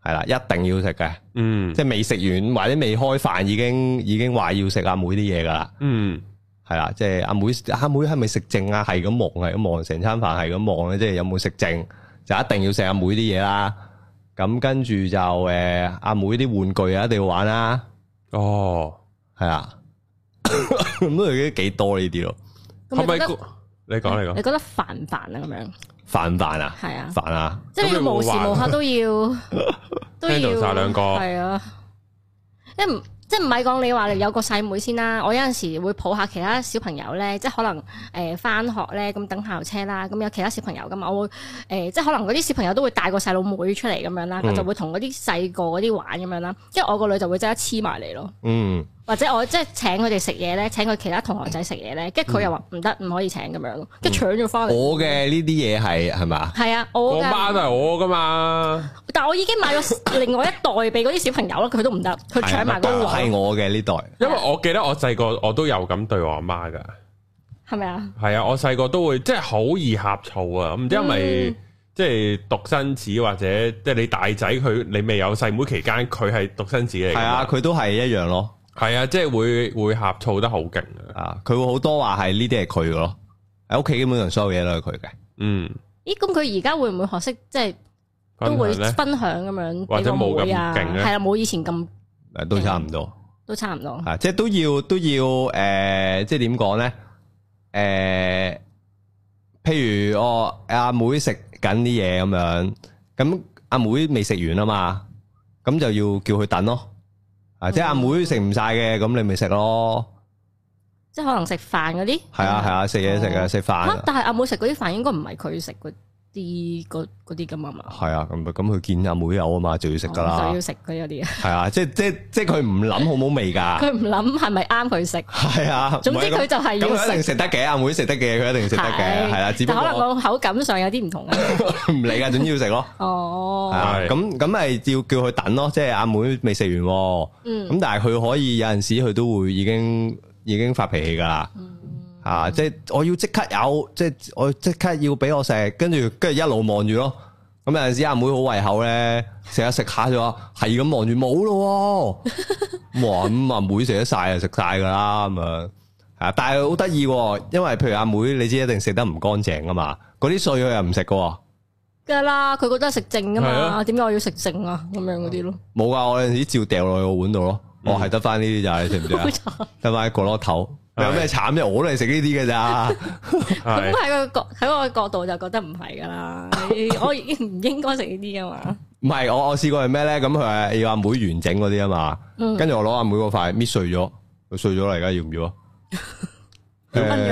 S3: 係啦，一定要食嘅，
S1: 嗯，
S3: 即係未食完或者未開飯已經已經話要食阿妹啲嘢㗎啦。
S1: 嗯，
S3: 係啦，即係阿妹，阿妹係咪食剩啊？係咁望，係咁望，成餐飯係咁望咧，即係有冇食剩，就一定要食阿妹啲嘢啦。咁跟住就诶，呃阿妹啲玩具啊，一定要玩啦，
S1: 哦，
S3: 係啦。咁都已經幾多呢啲咯，
S2: 咁
S1: 係
S2: 你覺
S1: 咪
S2: 得
S1: 個？你講你
S2: 你
S1: 講，
S2: 覺得煩唔煩啊？咁樣
S3: 煩唔煩啊？
S2: 係啊，
S3: 煩啊！
S2: 即係
S1: 咁你
S2: 你
S1: 會
S2: 無時
S1: 玩
S2: 無刻都要都
S1: Handle
S2: 要
S1: 晒兩個
S2: 係啊，因為唔即係唔係講你話有個細妹先啦，我有陣時會抱下其他小朋友咧，即係可能誒翻、學咧，咁等校車啦，咁有其他小朋友噶嘛，我會誒、呃即係可能嗰啲小朋友都會帶個細佬妹出嚟咁樣啦，
S3: 嗯
S2: 我就會同嗰啲細個嗰啲玩咁樣啦，跟住我個女就會即刻黐埋嚟咯，
S3: 嗯，
S2: 或者我即係請佢哋食嘢咧，請佢其他同學仔食嘢咧，跟住佢又話唔得，唔可以請咁樣咯，跟住搶咗翻嚟。
S3: 我嘅呢啲嘢係係嘛？
S2: 係啊，
S1: 我
S2: 我
S1: 媽
S2: 㗎，
S1: 都係我噶嘛，
S2: 但我已經買 咗另外一袋俾嗰啲小朋友啦，佢都唔得，佢搶埋
S3: 都
S2: 嗰個
S3: 係我嘅呢代。
S1: 因為
S2: 啊
S1: 我記得我細個我都有咁對我阿媽噶。
S2: 係咪啊？
S1: 係啊，我細個都會即係好易呷醋啊！唔知係咪、
S2: 嗯
S1: 即係獨生子或者即係你大仔佢你未有細妹期間佢係獨生子嚟㗎
S3: 係啊，
S1: 嘛，
S3: 佢都係一樣咯。
S1: 係啊，即係會會呷醋得好勁啊！
S3: 啊，佢會好多話係呢啲係佢嘅咯。喺屋企基本上所有嘢都係佢嘅。
S1: 嗯，
S2: 咦，咁佢而家會唔會學識即係？都
S1: 分
S2: 會
S1: 享咧
S2: 分享咁樣，
S1: 或者冇咁
S2: 俾個妹啊，
S1: 勁咧
S2: 係啦，冇以前咁
S3: 誒都差唔多。
S2: 都差唔多。
S3: 啊，即係都要都要誒、呃即係點講咧？誒、譬如我阿妹食緊啲嘢咁樣，咁阿妹未食完啊嘛，咁就要叫佢等咯。啊，即係阿妹食唔晒嘅，咁你咪食咯。
S2: 即係可能食飯嗰啲，嗯
S3: 係啊係啊，食嘢食啊，食飯
S2: 嚇
S3: 啊。
S2: 但係阿妹食嗰啲飯應該唔係佢食嗰啲嗰嗰啲咁啊嘛，
S3: 係啊，咁咁佢見阿妹有啊嘛，就要食噶
S2: 哦
S3: 啦
S2: 就要。食佢嗰啲啊。
S3: 係啊，即係即係即係佢唔諗好冇味㗎。
S2: 佢唔諗係咪啱佢食，
S3: 係啊，
S2: 總之
S3: 唔係咁
S2: 佢就係
S3: 咁
S2: 要
S3: 佢一定
S2: 食。
S3: 食得嘅，阿妹食得嘅，佢一定食得嘅，係啦。只不
S2: 但可
S3: 過
S2: 能個口感上有啲唔同啊。
S3: 唔理㗎，總之要食咯。係
S2: 哦，
S3: 啊
S1: 係
S3: 咁咁咪要叫佢等咯，即係阿妹未食完喎，
S2: 嗯
S3: 咁但係佢可以有陣時佢都會已經已經發脾氣噶啦，啊，即係我要即刻有，即係我即刻要俾我食，跟住跟住一路望住咯。咁有陣時阿妹好胃口咧，食下食下就話係咁望住冇咯喎，咁話咁阿妹食得晒就食晒噶啦咁樣，啊！但係好得意喎，因為譬如阿妹你知一定食得唔乾淨噶嘛，嗰啲碎佢又唔食噶喎。
S2: 㗎啦，佢覺得係食剩㗎
S1: 係
S2: 嘛，
S1: 啊
S2: 點解我要食剩啊？咁樣嗰啲咯，
S3: 冇噶，我有陣時照掉落去個碗度咯。我係得翻呢啲 咋，你食唔食啊
S2: 好？慘。
S3: 得翻個落頭，你有咩慘啫？我都係食呢 啲嘅咋。
S1: 係
S2: 咁喺個角喺個角度就覺得唔係㗎 啦，你我已經唔應該食呢啲㗎嘛。
S3: 唔係我我試過係咩咧？咁佢係要阿妹完整嗰啲啊嘛。
S2: 嗯
S3: 跟住我攞阿妹嗰塊搣碎 咗，佢碎咗啦，而家要唔要啊？
S2: 分咗
S3: 誒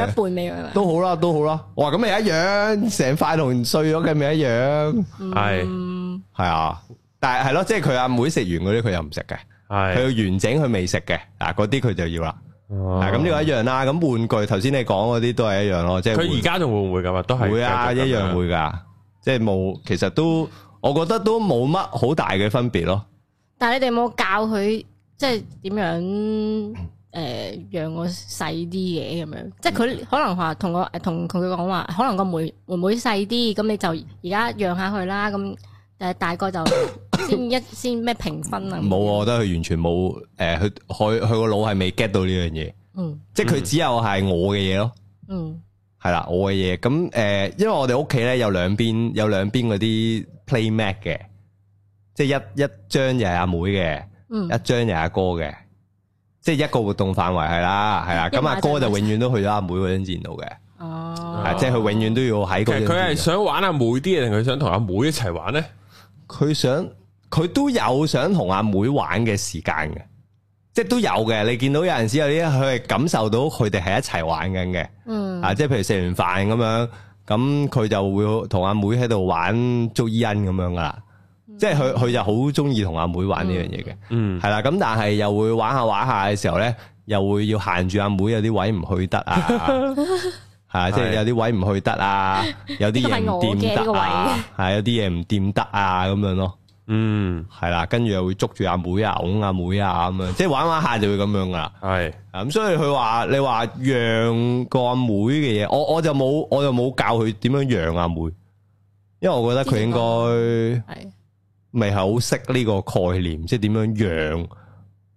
S2: 一半俾佢係咪？
S3: 都好啦，都好啦。我話咁咪一樣，成塊同碎咗嘅咪一樣。
S1: 係
S2: 嗯，
S3: 係啊，但係係咯，即係佢阿妹食完嗰啲佢又唔食嘅，
S2: 啊
S3: 佢
S1: 係
S3: 要完整佢未食嘅嗱，嗰啲佢就要啦。
S1: 哦
S3: 啊，咁呢個一樣啦。咁玩具頭先你講嗰啲都係一樣咯，即係玩具
S1: 佢而家仲會唔會咁啊？都係
S3: 會啊，
S1: 繼續咁
S3: 一樣
S1: 樣
S3: 會噶，即係冇，其實都，我覺得都冇乜好大嘅分別咯。
S2: 但係你哋有冇教佢即係點樣誒讓我細啲嘅咁樣？即係
S3: 嗯
S2: 佢可能話同我同同佢講話，可能個妹妹妹細啲，咁你就而家讓下佢啦。咁誒大個 就先一先咩評分啊？
S3: 冇，，我覺得佢完全冇，誒，佢佢佢個腦係未 get 到呢樣嘢，
S2: 嗯
S3: 即係佢只有係我嘅嘢咯，
S2: 嗯
S3: 係啦，我嘅嘢。咁誒，因為我哋屋企咧有兩邊有兩邊嗰啲 play mat 嘅，即係一一張就係阿妹嘅，
S2: 嗯
S3: 一張就係阿哥嘅，即係一個活動範圍係啦，係啦。咁阿哥就永遠都去咗阿妹嗰張電腦嘅，
S2: 哦
S3: 啊係，即係佢永遠都要喺
S1: 其
S3: 嗰張
S1: 實佢係
S3: 電腦。
S1: 想玩阿妹啲，定佢想同阿妹一齊玩咧？
S3: 佢想佢都有想同阿妹玩嘅時間嘅，即係都有嘅。你見到有陣時有啲佢係感受到佢哋係一齊玩緊嘅，
S2: 嗯
S3: 啊，即係譬如食完飯咁樣，咁佢就會同阿妹喺度玩捉伊恩咁樣噶啦。
S2: 嗯
S3: 即係佢佢就好中意同阿妹玩呢樣嘢嘅，
S1: 嗯，
S3: 係啦。咁但係又會玩下玩下嘅時候咧，又會要限住阿妹有啲位唔去 得啊。係啊，即係有啲位唔去得啊，有啲嘢唔掂
S2: 呢個係
S3: 得
S2: 我嘅
S3: 啊
S2: 呢，
S3: 係有啲嘢唔掂得啊咁樣咯。
S1: 嗯，
S3: 系啦，跟住又會捉住阿妹啊、拱阿妹啊咁樣，即係玩玩下就會咁樣噶啦。
S1: 係
S3: 啊咁所以佢話你話讓個阿妹嘅嘢，我我就冇我就冇教佢點樣讓阿妹，因為我覺得佢應該
S2: 係
S3: 未係好識呢個概念，即係點樣讓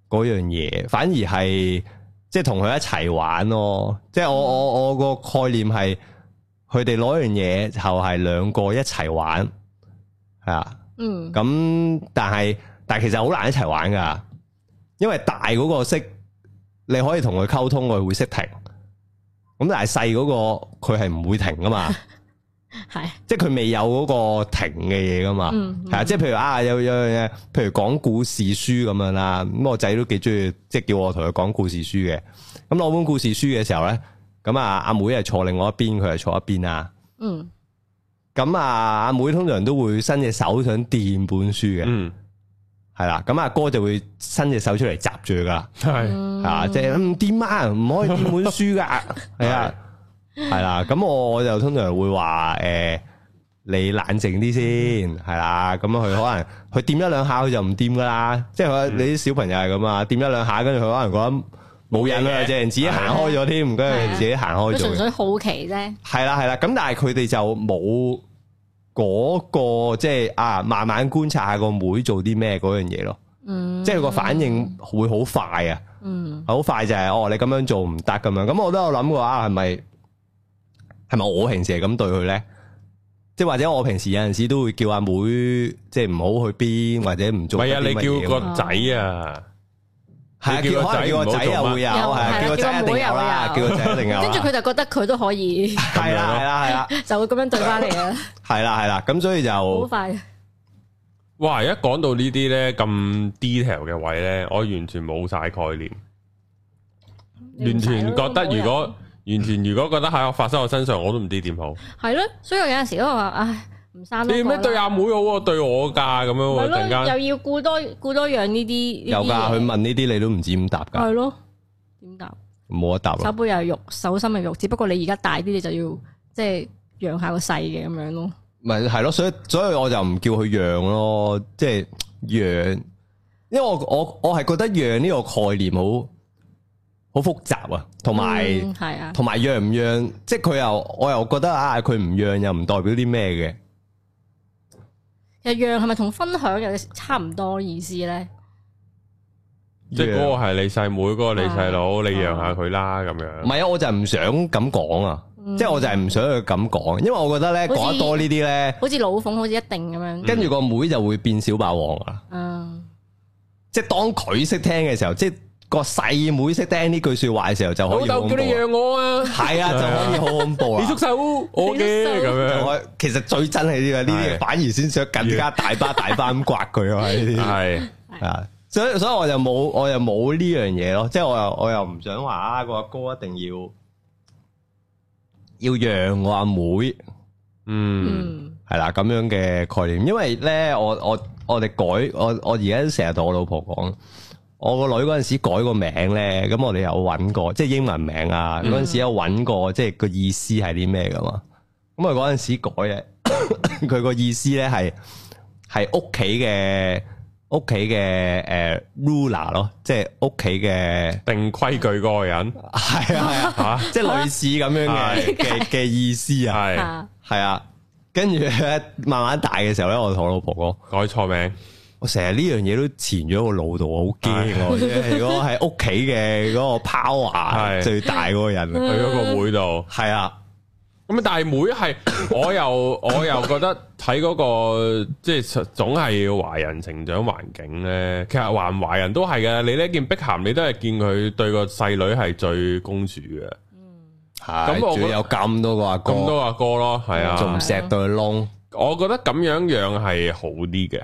S3: 嗰樣嘢，反而係即係同佢一齊玩咯。即係我我我個概念係佢哋攞樣嘢就係兩個一齊玩，係啊。
S2: 嗯
S3: 咁但係但係其實好難一齊玩噶，因為大嗰個識你可以同佢溝通，佢會識停。咁但係細嗰個佢係唔會停噶嘛，
S2: 係
S3: 即係佢未有嗰個停嘅嘢噶嘛，
S2: 嗯
S3: 係啊，即係譬如啊，有有樣嘢，譬如講故事書咁樣啦，咁我仔都幾中意，即係叫我同佢講故事書嘅。咁攞本故事書嘅時候咧，咁啊阿妹係坐另外一邊，佢係坐一邊啊。
S2: 嗯
S3: 咁啊阿妹通常都會伸隻手想掂本書嘅，
S1: 嗯，
S3: 係啦、咁阿哥就會伸隻手出嚟閘住佢噶啦。
S1: 系
S2: 嗯
S3: 啊，即系唔掂啊，唔可以掂本書噶，係啊，係啦。咁我我就通常會話诶、你冷靜啲先，係啦。咁佢可能佢掂一兩下，佢就唔掂噶啦。即係佢你啲小朋友係咁啊，掂一兩下，跟住佢可能覺得冇癮啦，
S1: 冇嘢
S3: 隻人自己行開咗添，跟
S2: 係
S3: 住
S2: 啊
S3: 自己行
S2: 佢
S3: 開咗
S2: 純
S3: 嘅。
S2: 粹好奇啫，
S3: 係啦係啦，咁但係佢哋就冇嗰個即係啊，慢慢觀察下個妹做啲咩嗰樣嘢咯。
S2: 嗯，
S3: 即係個反應會好快啊！
S2: 嗯
S3: 好快就係、哦，你咁樣做唔得咁樣。咁我都有諗過啊，係咪係咪我平時係咁對佢咧？即係或者我平時有陣時都會叫阿妹，即係唔好去邊或者唔
S1: 唔
S3: 做得
S1: 系啊？
S3: 啲乜
S1: 你
S3: 嘢咁。
S1: 叫
S3: 個
S1: 個仔啊，
S3: 係啊，
S1: 你叫個
S3: 叫可
S1: 仔
S3: 能叫
S1: 唔
S3: 個
S1: 好
S3: 仔
S1: 做
S3: 又
S1: 乜
S3: 會有，係啊
S2: 又
S3: 叫個仔一定有啦，
S2: 叫
S3: 叫
S2: 個
S3: 個仔一定有啦。
S2: 跟住佢就覺得佢都可以，
S3: 係啦係啦係啦
S2: 就會咁樣對翻嚟 啦，
S3: 係啦係啦，咁所以
S2: 好
S3: 就
S2: 快。
S1: 哇！一講到呢啲咧咁 detail 嘅位咧，我完全冇晒概念，完全覺得如果完全如果覺得喺我發生我身上，我都唔知點好。
S2: 係咯，所以我有陣時都話，唉，唔生
S1: 你
S2: 多
S1: 點咩
S2: 個
S1: 對
S2: 啦
S1: 阿妹好喎，對我噶咁樣
S2: 係
S1: 喎，突然
S2: 咯，
S1: 間
S2: 又要顧多顧多樣呢啲
S3: 有㗎。佢
S2: 呢
S3: 問呢啲你都唔知點答
S2: 啲嘢係
S3: 㗎，
S2: 咯，點答？
S3: 冇得答啊
S2: 手
S3: 咯。
S2: 背又係肉，手心係肉，只不過你而家大啲，你就要即係養下個細嘅咁樣咯。
S3: 咪係咯，所以所以我就唔叫佢讓咯，即係讓，因為我我我係覺得讓呢個概念好好複雜啊，同埋
S2: 嗯係啊，
S3: 同埋讓唔讓，即係佢又我又覺得啊，佢唔讓又唔代表啲咩嘅，
S2: 其實讓係咪同分享有差唔多意思咧？
S1: 即係嗰
S3: 讓
S1: 個係你細妹，嗰個你細佬，你讓下佢啦咁
S3: 唔
S1: 樣。
S3: 係啊，我就唔想咁講啊，
S2: 嗯
S3: 即係我就係唔想佢咁講，因為我覺得咧
S2: 好似嗯
S3: 講得多呢啲咧，
S2: 好似老馮好似一定咁樣。
S3: 跟住個妹就會變小霸王啊。
S2: 嗯，
S3: 即係當佢識聽嘅時候，即係個細妹識聽呢句说話嘅時候，就可以好恐怖啊。
S1: 我啊，
S3: 係啊，就可以好恐怖啊！
S1: 手我嘅
S2: 你
S1: 咁
S2: 縮手
S1: 樣。
S3: 我其實最憎係呢個，呢
S1: 係
S3: 啲反而先想更加大巴大巴咁刮佢啊！係呢
S1: 係
S3: 啲啊，所以所以我又冇我又冇呢樣嘢咯，即係我又我又唔想話啊個阿哥一定要要讓我阿妹
S1: 嗯
S2: 嗯，
S3: 係啦咁樣嘅概念，因為咧我我我哋改我我而家成日同我老婆講。我個女嗰陣時改個名咧，咁我哋有揾過，即係英文名啊。嗰陣時有揾過，即係個意思係啲咩噶嘛？咁啊嗰陣時改咧， 佢個意思咧係係屋企嘅屋企嘅誒 ruler 咯，即係屋企嘅
S1: 定規矩嗰個人
S3: 係啊係啊，
S1: 吓
S3: 即係類似咁樣嘅
S1: 係
S3: 嘅嘅意思啊，
S1: 係
S2: 啊，
S3: 係啊。跟住咧 慢慢大嘅時候咧，我同我老婆講。
S1: 改錯名，
S3: 我成日呢樣嘢都潛咗個腦度，我好驚啊我。即係如果喺屋企嘅嗰個 power
S1: 係嗯
S3: 最大嗰個人，啊
S1: 去嗰個妹度。
S3: 係啊，
S1: 咁但係妹係，我又我又覺得睇嗰、個即係總係華人成長環境咧，其實華唔華人都係嘅。你呢件碧咸，你都係見佢對個細女係最公主嘅，
S2: 嗯
S3: 係
S1: 我
S3: 仲要有咁多個阿哥，
S1: 咁多阿哥咯，係
S3: 仲
S1: 啊
S3: 唔。錫到佢窿，
S1: 我覺得咁樣樣係好啲嘅，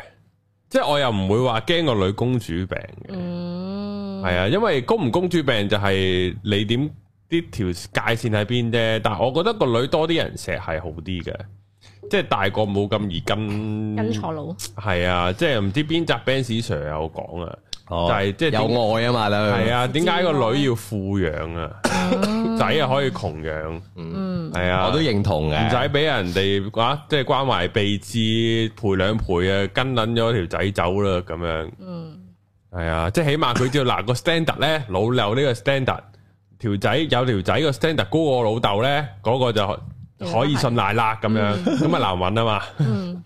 S1: 即係我又唔會話驚個女公主病嘅。
S2: 嗯，
S1: 系啊，因为公唔公主病就系你点啲条界线喺边啫。但系我觉得个女多啲人錫系好啲嘅，即系大个冇咁易跟
S2: 跟錯路，
S1: 系啊，即系唔知边集 Ben Sir 有讲啊，
S3: 哦
S1: 就係即係點
S3: 有愛啊嘛，
S1: 系
S3: 係，
S1: 啊，点解个女要富养啊？仔啊可以穷养，
S2: 嗯
S1: 系啊，
S3: 我都認同
S1: 唔
S3: 嘅。
S1: 使俾人哋啊，即系关怀备至，赔两倍啊，跟捻咗条仔走啦，咁样。
S2: 嗯，
S1: 系啊，即系起碼佢知道嗱個 standard 咧，老豆呢個 standard，條仔有條仔個 standard 高過老豆咧，嗰、個就可以信賴啦咁樣，咁啊難揾啊嘛，
S2: 嗯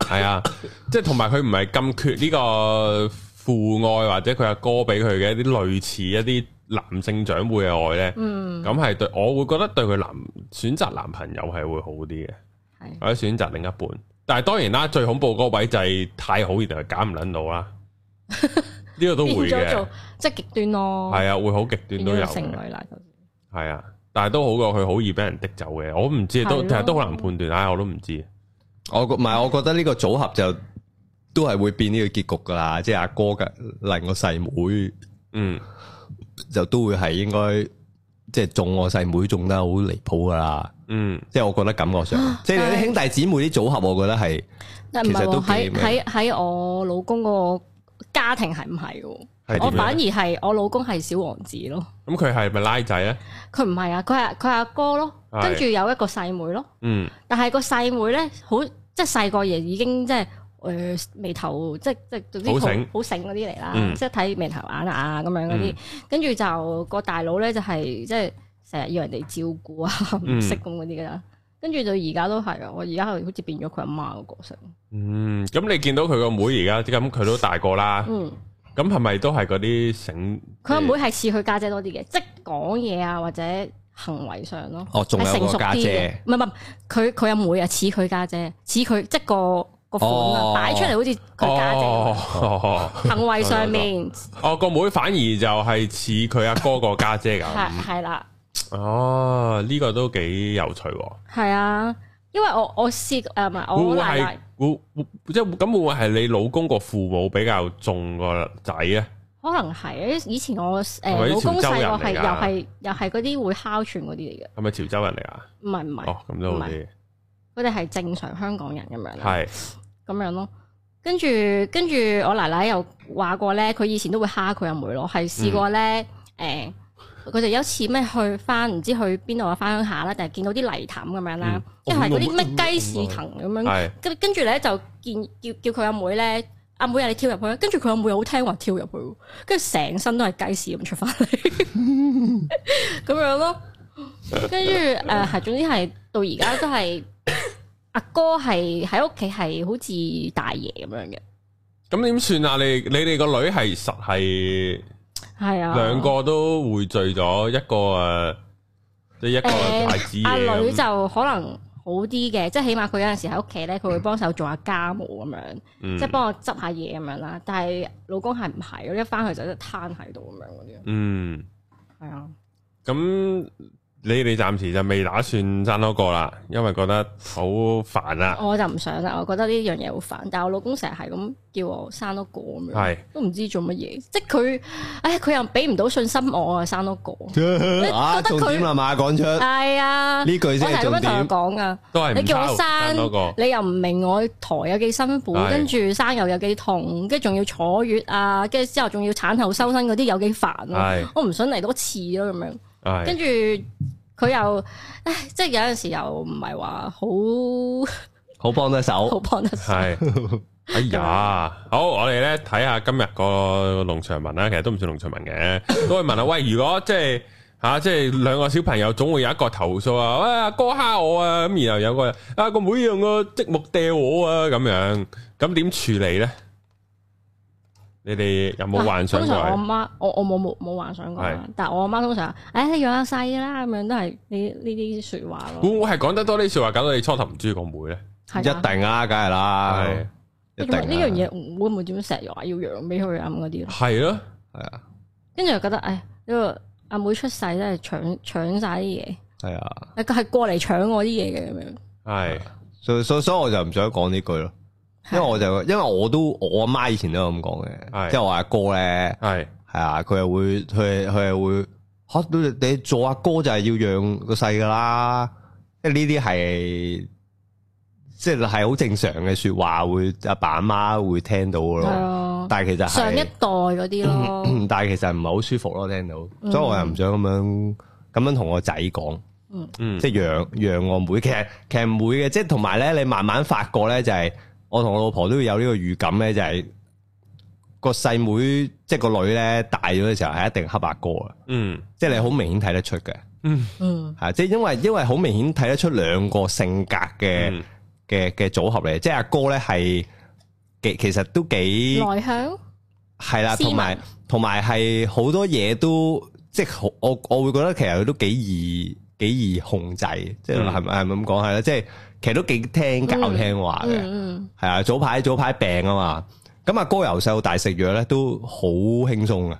S1: 係啊，即系同埋佢唔係咁缺呢個父愛或者佢阿哥俾佢嘅一啲類似一啲男性長輩嘅愛咧，
S2: 嗯，
S1: 咁係對我會覺得對佢男選擇男朋友係會好啲嘅，
S2: 係
S1: 或者選擇另一半。但係當然啦，最恐怖嗰個位就係太好，然後揀唔撚到啦， 呢個都
S2: 變
S1: 會
S2: 咗
S1: 嘅。
S2: 做即係極端咯，哦
S1: 系啊，會好極端
S2: 變
S1: 都有
S2: 咗做剩
S1: 嘅，
S2: 女啦，就
S1: 係啊，但系都好過佢好易俾人滴走嘅。我唔知都
S2: 係咯
S1: 其實都好難判斷，唉，我都唔知。
S3: 我覺唔係，我覺得呢個組合就都係會變呢個結局噶啦，即係阿哥嘅嚟我細妹
S1: 嗯，
S3: 就都會係應該即係中我細妹中得好離譜噶啦，
S1: 嗯，
S3: 即係我覺得感覺上，
S2: 啊
S3: 即係啲兄弟姊妹啲組合，我覺得係
S2: 但唔係
S3: 其實都
S2: 喎，
S3: 幾
S2: 喺
S3: 咩
S2: 喺喺我老公個家庭係唔係喎？
S1: 係
S2: 我
S1: 點
S2: 反而
S1: 樣？
S2: 係我老公係小王子咯，
S1: 咁佢係咪拉仔咧？
S2: 佢唔係啊，佢係佢阿哥咯，
S1: 係
S2: 跟住有一個細妹咯，
S1: 嗯，
S2: 但係個細妹咧好即係細個嘢已經即係。誒眉頭即即總之
S1: 好醒
S2: 好醒嗰啲嚟啦，
S1: 嗯
S2: 即係睇眉頭眼啊咁樣嗰啲
S1: 嗯，
S2: 跟住就個大佬咧就係即係成日要人哋照顧啊，唔
S1: 嗯
S2: 識咁嗰啲噶啦，跟住到而家都係啊，我而家好似變咗佢阿媽個角色，
S1: 嗯，咁你見到佢個妹而家咁，佢都大個啦，
S2: 嗯。
S1: 咁係咪都係嗰啲醒？
S2: 佢阿妹係似佢家姐多啲嘅，即係講嘢啊或者行為上咯，
S3: 哦，仲
S2: 係
S3: 有
S2: 成
S3: 個
S2: 熟
S3: 家
S2: 啲嘅
S3: 姐。。
S2: 唔係唔係，佢佢阿妹啊似佢家姐，似佢即係個個款啊，
S3: 哦
S2: 擺出嚟好似佢家姐咁，
S1: 哦，
S2: 行為上面
S1: 哦，個妹反而就係似佢阿哥個家姐
S2: 係
S1: 咁。
S2: 係啦，
S1: 哦，呢個都幾有趣喎。
S2: 係啊，因為我我試誒唔係
S1: 會唔
S2: 我
S1: 會
S2: 奶
S1: 係
S2: 奶
S1: 會會即係咁會唔會係你老公個父母比較重個仔啊咧？
S2: 可能係以前我誒
S1: 係咪啲
S2: 老公
S1: 潮州人嚟
S2: 細個係又
S1: 㗎
S2: 係又係嗰啲會哮喘嗰啲嚟嘅，
S1: 係咪潮州人嚟啊？
S2: 唔係唔係，
S1: 哦，咁都好啲，
S2: 佢哋係正常香港人咁樣啦。
S1: 係
S2: 咁樣咯。跟住跟住，我奶奶又話過咧，佢以前都會蝦佢阿妹咯，係試過咧
S1: 嗯
S2: 誒，佢哋、有一次咩去翻唔知去邊度啊，翻鄉下啦，但係見到啲泥潭咁樣啦
S1: 嗯，
S2: 即係嗰啲咩
S3: 我見過
S2: 雞屎藤咁樣，
S1: 係
S2: 跟跟住咧就見叫叫佢阿妹咧。阿妹啊，你跳入去啦！跟住佢阿妹好聽話跳入去喎，跟住成身都係雞屎咁出翻嚟， 咁樣咯。跟住誒係，總之係到而家都係阿哥係喺屋企係好似大爺咁樣嘅，
S1: 咁點算啊？你你哋個女係實係
S2: 係啊。
S1: 兩個都匯聚咗一個誒，即係一個
S2: 誒
S1: 大子
S2: 阿
S1: 嘢
S2: 女
S1: 咁。
S2: 就可能好啲嘅，即係起碼佢有陣時喺屋企咧，佢會幫手做下家務咁樣，
S1: 嗯
S2: 即係幫我執下嘢咁樣啦。但係老公係唔係一翻去就一攤喺度咁樣嗰啲，
S1: 嗯，
S2: 係啊。
S1: 咁你哋暫時就未打算生多個啦，因為覺得好煩啊啦。
S2: 我就唔想啦，我覺得呢樣嘢好煩。但係我老公成日係咁叫我生多個咁樣
S1: 係，
S2: 都唔知做乜嘢。即係佢，唉，佢又俾唔到信心我啊，生多個。
S3: 啊，
S2: 覺得
S3: 重
S2: 佢
S3: 點啦嘛，講出呃呢
S2: 係啊，
S3: 句
S2: 我成
S3: 先係
S2: 日咁樣
S3: 重
S2: 同佢
S3: 點。
S2: 講噶，
S1: 都係唔
S2: 你叫
S1: 抄
S2: 我
S1: 生多個
S2: 生，你又唔明我抬有幾辛苦，
S1: 係
S2: 跟住生又有幾痛，跟住仲要坐月啊，跟住之後仲要產後收身嗰啲有幾煩咯。
S1: 係
S2: 我唔想嚟多次咯咁樣，跟
S1: 係
S2: 住佢又，唉，即係有陣時又唔係話好
S3: 好幫
S2: 好
S3: 得手，
S2: 幫得手。
S1: 係。哎呀，好，我哋咧睇下今日個農場文啦，其實都唔算農場文嘅，都會問啊，喂，如果即係吓、啊即係兩個小朋友總會有一個投訴啊，喂，阿哥蝦我啊，咁然後有個人啊個妹用個積木掉我啊，咁樣，咁點處理咧？你哋有冇幻想
S2: 啊通
S1: 過？
S2: 常我阿媽，我我冇冇冇幻想過啦
S1: 係。
S2: 但係我阿媽通常，唉、你養下細啦，咁樣都係呢呢啲説話
S1: 會
S2: 咯。
S1: 唔會係講得多啲说話，搞到你初頭唔中意個妹咧？
S2: 係
S3: 一
S2: 㗎
S3: 定啦，梗係啦，
S1: 係
S3: 一定啊
S2: 呢
S3: 啦
S2: 樣嘢會唔會點成日話要養俾佢啊咁嗰啲咯？
S1: 係咯，
S3: 係啊，
S2: 跟住又覺得，唉，呢個阿妹出世真係搶搶晒啲
S3: 係啊，
S2: 嘢，係係過嚟搶我啲嘢嘅咁樣。
S1: 係
S3: 所以所以所以我就唔想講呢句咯，因為我就因為我都我阿媽以前都有咁講
S1: 係
S3: 嘅，即係我阿哥咧
S1: 係
S3: 係啊，佢又會佢佢又會嚇你你做阿哥就係要讓個細噶啦，即係呢啲係即係係好正常嘅説話，會阿爸阿媽會聽到嘅
S2: 係
S3: 咯，
S2: 啊，
S3: 但係其實嗯係
S2: 上一代嗰啲咯，
S3: 但係其實唔係好舒服咯，聽到，
S2: 嗯
S3: 所以我又唔想咁樣咁樣同我仔講，
S1: 嗯
S3: 即係讓讓我妹，其實其實唔會嘅，即係同埋咧，你慢慢發覺咧，就係、我同我老婆都會有呢個預感咧，就係、個細妹即係個女咧大咗嘅時候係一定黑白哥啊，
S1: 嗯
S3: 即係你好明顯睇得出嘅，
S1: 嗯
S2: 嗯，
S3: 係即係因為因為好明顯睇得出兩個性格嘅
S1: 嗯
S3: 嘅嘅組合嚟，即係阿哥咧係幾其實都幾
S2: 內向，
S3: 系啦，
S2: 斯文
S3: 啊同埋同埋係好多嘢都即係好，我我會覺得其實佢都幾易幾易控制，即係
S1: 嗯
S3: 係咪係咪咁講係啦？即係其實都幾聽教
S2: 嗯
S3: 聽話嘅，
S2: 嗯
S3: 係啊、早排早排病啊嘛，咁阿哥由細到大食藥咧都好輕鬆嘅，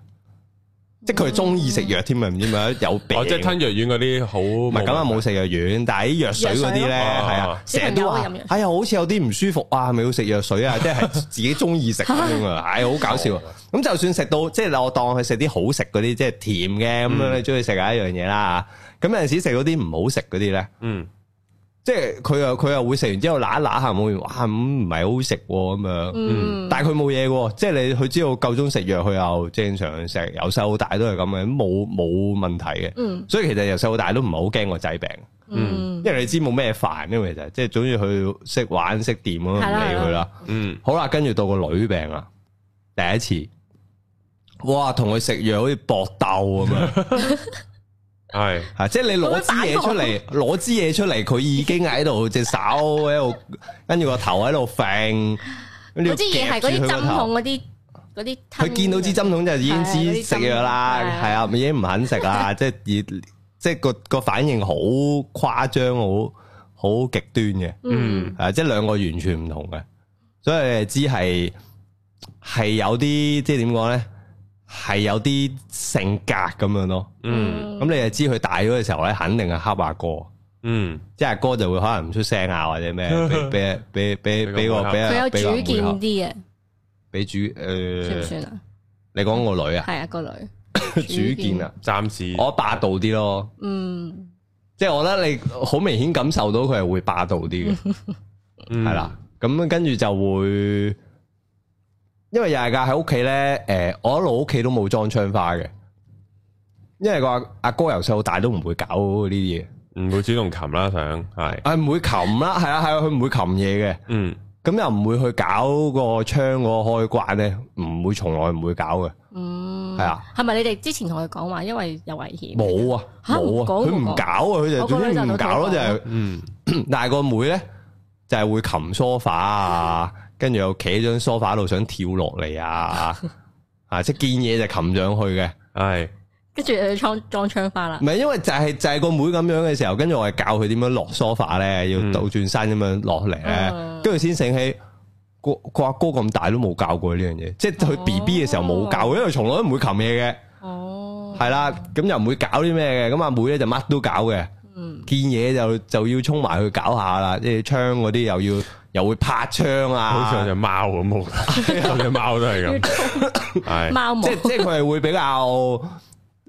S3: 即係佢中意食藥添啊，唔知點解有病。
S1: 哦，即係吞藥丸嗰啲好，
S3: 唔
S1: 唔
S3: 係咁啊，冇食藥丸，但係啲藥水嗰啲
S1: 藥水
S3: 咧，
S1: 咯
S3: 係
S1: 哦
S3: 啊，成日都
S2: 小朋友會
S3: 話
S2: 飲藥水，
S3: 哎呀，好似有啲唔舒服啊，係咪要食藥水啊？即係係自己中意食咁樣啊，唉，好搞笑啊。咁就算食到，即係我當佢食啲好食嗰啲，即係甜嘅咁樣，你中意食下一樣嘢啦。咁有陣時食嗰啲唔好食嗰啲咧，
S1: 嗯，
S3: 即係佢又佢又會食完之後揦一揦下，冇哇咁唔係好食喎咁樣。
S2: 嗯，
S3: 但係佢冇嘢嘅喎，即係你佢知道夠鐘食藥，佢又正常食，由細到大都係咁嘅，冇冇問題嘅。
S2: 嗯
S3: 所以其實由細到大都唔係好驚個仔病，
S2: 嗯，
S3: 因為你知冇咩煩因為其實即係總之佢識玩識掂咁啊樣唔
S2: 係啦
S3: 理佢
S2: 係
S3: 啦
S2: 啦。
S1: 嗯，
S3: 好啦，跟住到個女病啦，第一次，哇，同佢食藥好似搏鬥咁 樣，
S1: 係，
S3: 啊，即係你攞支嘢出嚟，攞支嘢出嚟，佢已經喺度隻手喺度，跟住個頭喺度揈，跟住
S2: 嗰支嘢係嗰啲
S3: 夾住佢個
S2: 針
S3: 頭
S2: 筒嗰啊啲嗰啲吞
S3: 佢見到支針筒就已經知食藥啦，
S2: 係啊
S3: 係啊，已經唔肯食 啦，即係以即係個個反應好誇張，好好極端嘅，
S2: 嗯，
S3: 啊，即係兩個完全唔同嘅，所以你就知係係有啲即係點講咧，係有啲性格咁樣咯。
S1: 嗯，
S3: 咁你就知佢大咗嘅時候咧，肯定係恰阿哥，
S1: 嗯，
S3: 即係阿哥就會可能唔出聲啊，或 者咩，俾俾俾俾俾個俾
S2: 佢
S3: 個
S2: 有
S3: 俾
S2: 主
S3: 個
S2: 見
S3: 妹恰
S2: 啲嘅，
S3: 俾主
S2: 算唔
S3: 誒，
S2: 算啊？
S3: 你講個女啊，
S2: 係啊，個女，
S3: 主見啊。
S1: 暫時，
S3: 我霸道啲咯，
S2: 嗯，
S3: 即係我覺得你好明顯感受到佢係會霸道啲嘅，
S1: 嗯
S3: 係啦，。咁跟住就會，因為又係㗎喺屋企咧，诶、我一路屋企都冇裝窗花嘅，因為個阿阿哥由細到大都唔會搞呢啲嘢，
S1: 唔會主動擒啦，想係，
S3: 啊唔會擒啦，係啊係啊，佢唔會擒嘢嘅，
S1: 嗯，
S3: 咁又唔會去搞個窗嗰個開關咧，唔會從來唔會搞嘅，
S2: 嗯，
S3: 係啊，
S2: 係咪你哋之前同佢講話，因為有危險？
S3: 冇啊
S2: 嚇
S3: 冇
S2: 唔
S3: 啊，
S2: 講
S3: 佢
S2: 唔講
S3: 唔搞啊，佢就
S2: 我個
S3: 總
S2: 女
S3: 之
S2: 就
S3: 唔
S2: 都
S3: 搞咯，
S2: 講
S3: 就係、
S1: 嗯，
S3: 但係個妹咧就係、會擒 sofa 啊，跟住又企喺張 sofa 度想跳落嚟啊，啊即係見嘢就擒上去嘅，
S1: 係，
S2: 跟住佢裝裝槍花啦
S3: 唔，係因為就係、就係、個妹咁樣嘅時候，跟住我係教佢點樣落 sofa 咧，要
S1: 嗯
S3: 倒轉身咁樣落嚟咧
S2: 嗯，
S3: 跟住先醒起。個個阿哥咁大都冇教過呢樣嘢，即係佢
S2: 哦
S3: B B 嘅時候冇教，因為從來都唔會擒嘢嘅，
S1: 嗯
S2: 哦，
S3: 係啦，咁又唔會搞啲咩嘅，咁阿妹咧就乜都搞嘅，
S2: 嗯，
S3: 見嘢就就要衝埋去搞下啦，即係窗嗰啲又要又會拍
S1: 好
S3: 窗
S1: 似有
S3: 啊
S1: 隻，貓咁 冇，有隻貓都係咁，係，
S2: 貓毛
S3: 即，係即係佢係會比較，我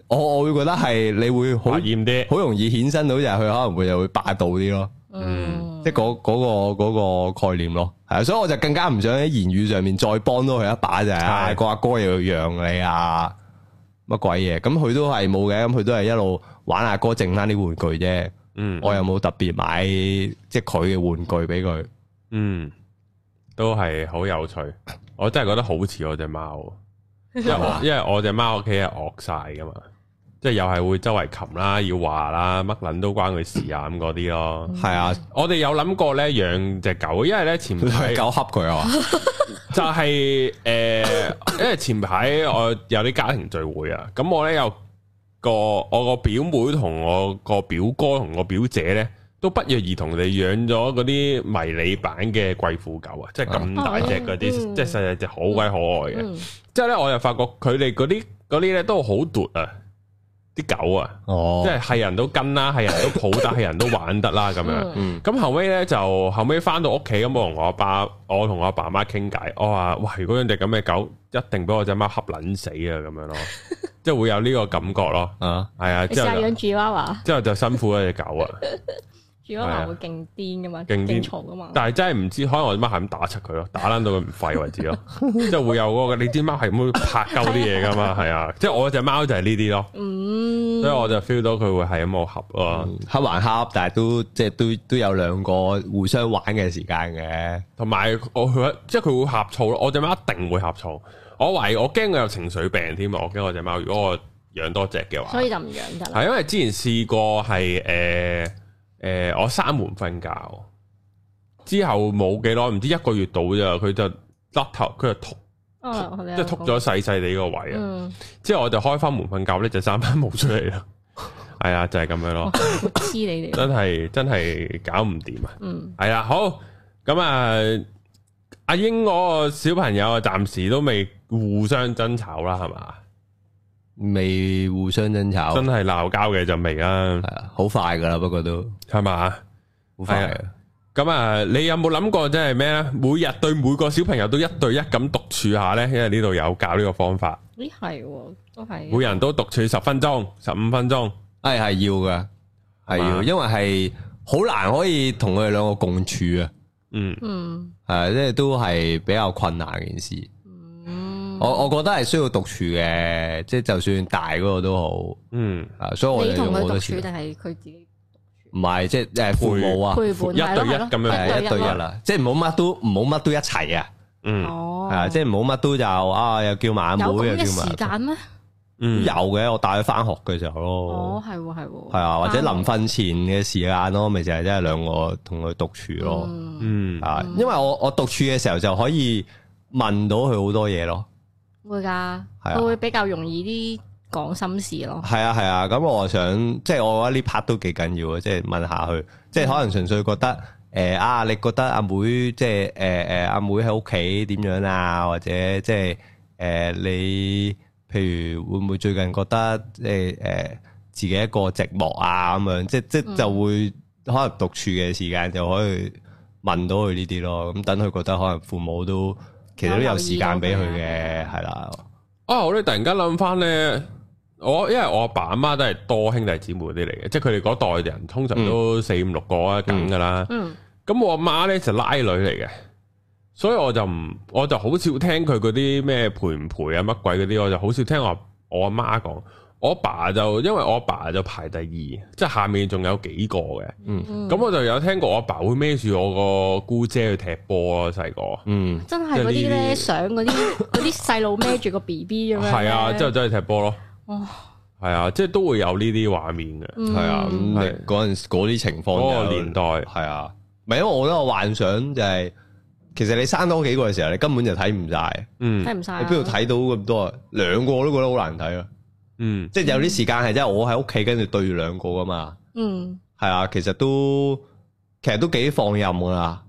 S3: 我會覺得係你會好
S1: 百厭啲，
S3: 好容易衍生到就係佢可能會又會霸道啲咯，
S2: 嗯，
S3: 即係嗰嗰個嗰個概念咯，係啊，所以我就更加唔想喺言語上面再幫到佢一把就係啊
S1: 係
S3: 個阿哥又要讓你啊乜鬼嘢，咁佢都係冇嘅，咁佢都係一路玩阿哥剩翻啲玩具啫，
S1: 嗯
S3: 我又冇特別買即係佢嘅玩 具俾佢。
S1: 嗯，都係好有趣，我真係覺得好似我隻貓，因為我因為我隻貓屋企係惡晒噶嘛，即係又係會周圍擒啦，要話啦，乜撚都關佢事啊咁嗰啲咯。
S3: 系啊，
S1: 我哋有諗過咧養隻狗，因為咧前排
S3: 佢 狗恰佢啊，
S1: 就係、诶，因為前排我有啲家庭聚會啊，咁我咧有個我個表妹同我個表哥同我表姐咧，都不約而同地養咗嗰啲迷你版嘅貴婦狗啊，即係咁大隻嗰啲，
S2: 哦
S1: 即係細細隻好鬼可愛嘅。
S2: 嗯
S1: 之後咧，我又發覺佢哋嗰啲嗰啲咧都好奪啊，啲狗啊，
S3: 哦
S1: 即係係人都跟啦，係人都抱得，係人都玩得啦，咁樣。
S3: 嗯
S1: 咁後尾咧就後尾翻到屋企咁，我同我阿爸，我同我阿爸媽傾偈，我話：哇！如果養只咁嘅狗，一定俾我只貓恰撚死啊！咁樣 咯，即係會有呢個感覺咯。
S3: 啊，
S1: 係啊，之
S2: 你試
S1: 後
S2: 下
S1: 就
S2: 養 Chihuahua。
S1: 之後就辛苦咗只狗啊，
S2: 住嗰排會勁癲噶嘛，
S1: 勁癲
S2: 勁嘈噶嘛，
S1: 但係真係唔知，可能我只貓係咁打柒佢咯，打撚到佢唔吠為止 咯，即係會有嗰個你啲貓係咁拍鳩啲嘢噶嘛，係啊，即係我只貓就係呢啲咯，
S2: 嗯
S1: 所以我就 feel 到佢會係咁我啊合咯。
S3: 恰還恰，但係都即係都都有兩個互相玩嘅時間嘅，
S1: 同埋我佢即係佢會呷醋咯，我只貓一定會呷醋。我懷疑我驚佢有情緒病添啊！我驚我只貓，如果我養多隻嘅話
S2: 所，以就唔養得啦。
S1: 係因為之前試過係誒誒，我閂門瞓覺之後冇幾耐，唔知一個月到咋，佢就甩頭，佢就突
S2: 哦，我哋
S1: 即係突咗細細地個位啊！
S2: 嗯，
S1: 之後我就開翻門瞓覺咧，就生翻毛出嚟啦。係啊，就係咁樣咯，
S2: 黐你哋，
S1: 真係真係搞唔掂啊！
S2: 嗯，
S1: 系啦，好咁啊，阿英嗰個小朋友啊，暫時都未互相爭吵啦，係嘛？
S3: 未互相爭吵，
S1: 真係
S3: 係
S1: 鬧交嘅就未啦，
S3: 啊，好快噶啦，不過都
S1: 係嘛？
S3: 好快
S1: 係
S3: 嘅。
S1: 咁啊，你有冇諗過即係咩咧？每日對每個小朋友都一對一咁獨處下呢？因為呢度有教呢個方法，
S2: 咦係喎，都係
S1: 每人都獨處十分鐘、十五分鐘，
S3: 系系哎要噶，系
S1: 係嘛
S3: 要，因為係好難可以同佢哋兩個共處啊，
S1: 嗯，
S2: 嗯
S3: 系即係都係比較困難嘅件事。
S2: 嗯，
S3: 我我觉得係需要獨處嘅，即係就算大嗰個都
S1: 嗯，
S3: 好啊，所以我
S2: 你
S3: 哋
S2: 同
S3: 用
S2: 佢
S3: 好多
S2: 獨
S3: 時
S2: 處定
S3: 間
S2: 係佢自己
S3: 唔係即係诶父母啊，
S2: 陪伴
S1: 一
S2: 係咯
S1: 對一
S2: 係咯
S1: 咁樣
S3: 係一對一
S2: 咯
S3: 啦，即係唔好乜都唔好乜都一齊啊，
S1: 嗯，
S2: 哦，
S3: 係啊，即係唔好乜都就啊又叫埋阿妹
S2: 有咁
S3: 又
S2: 嘅
S3: 叫
S2: 時
S3: 埋
S2: 間咩？
S1: 嗯，
S3: 有嘅，我帶佢翻學嘅時候咯
S2: 哦，，係喎係喎，
S3: 係啊，或者
S2: 啱
S3: 臨瞓前嘅時間咯，咪就係真係兩個同佢獨處咯。
S2: 嗯
S1: 嗯，
S3: 啊，因為我我獨處嘅時候就可以問到佢好多嘢咯。
S2: 會㗎，
S3: 係啊
S2: 佢會比較容易啲講心事咯。
S3: 係啊係啊，咁我想即係我覺得呢 part 都幾緊要嘅，即係問下佢，即係可能純粹覺得诶、誒啊，你覺得阿妹即係诶诶阿妹喺屋企點樣啊，或者即係诶、誒你譬如會唔會最近覺得即係诶自己一個寂寞啊咁樣，即即就會可能獨處嘅時間就可以問到佢呢啲咯，咁等佢覺得可能父母都其實都有時間俾佢嘅，係啦，
S1: 啊！我哋突然間諗翻咧，我因為我阿爸阿媽都係多兄弟姊妹嗰啲嚟嘅，即係佢哋嗰代人通常都四五六個啊，梗噶啦。
S2: 嗯，
S1: 咁我阿媽咧就拉女嚟嘅，所以我就唔，我就好少聽佢嗰啲咩陪唔陪啊乜鬼嗰啲，我就好少聽我我阿媽講。我阿爸就因為我阿爸就排第二，即係下面仲有幾個嘅。
S3: 嗯
S1: 咁
S2: 咁
S1: 我就有聽過我阿爸會孭住我個姑姐去踢波咯，細個。
S3: 嗯。
S2: 真係嗰啲
S1: 即係呢啲
S2: 咧相嗰啲嗰啲細路孭住個 B B 咁樣呢，
S1: 係啊，之後走去踢波咯。
S2: 哦
S1: 係啊，即係都會有呢啲畫面嘅。
S2: 嗯
S3: 系啊，咁你
S1: 係
S3: 嗰阵嗰啲情況
S1: 嗰個
S3: 就
S1: 年代
S3: 係啊，唔係因為我覺得我幻想就係，其實你生多幾個嘅時候，你根本就睇唔晒，
S1: 嗯
S2: 睇唔晒啊，
S3: 你邊度睇到咁多啊？兩個我都覺得好難睇啊！
S1: 嗯
S3: 即係有啲時間係真係我喺屋企跟住對住兩個噶嘛，
S2: 嗯，
S3: 係啊，其實都其實都幾放任噶啦，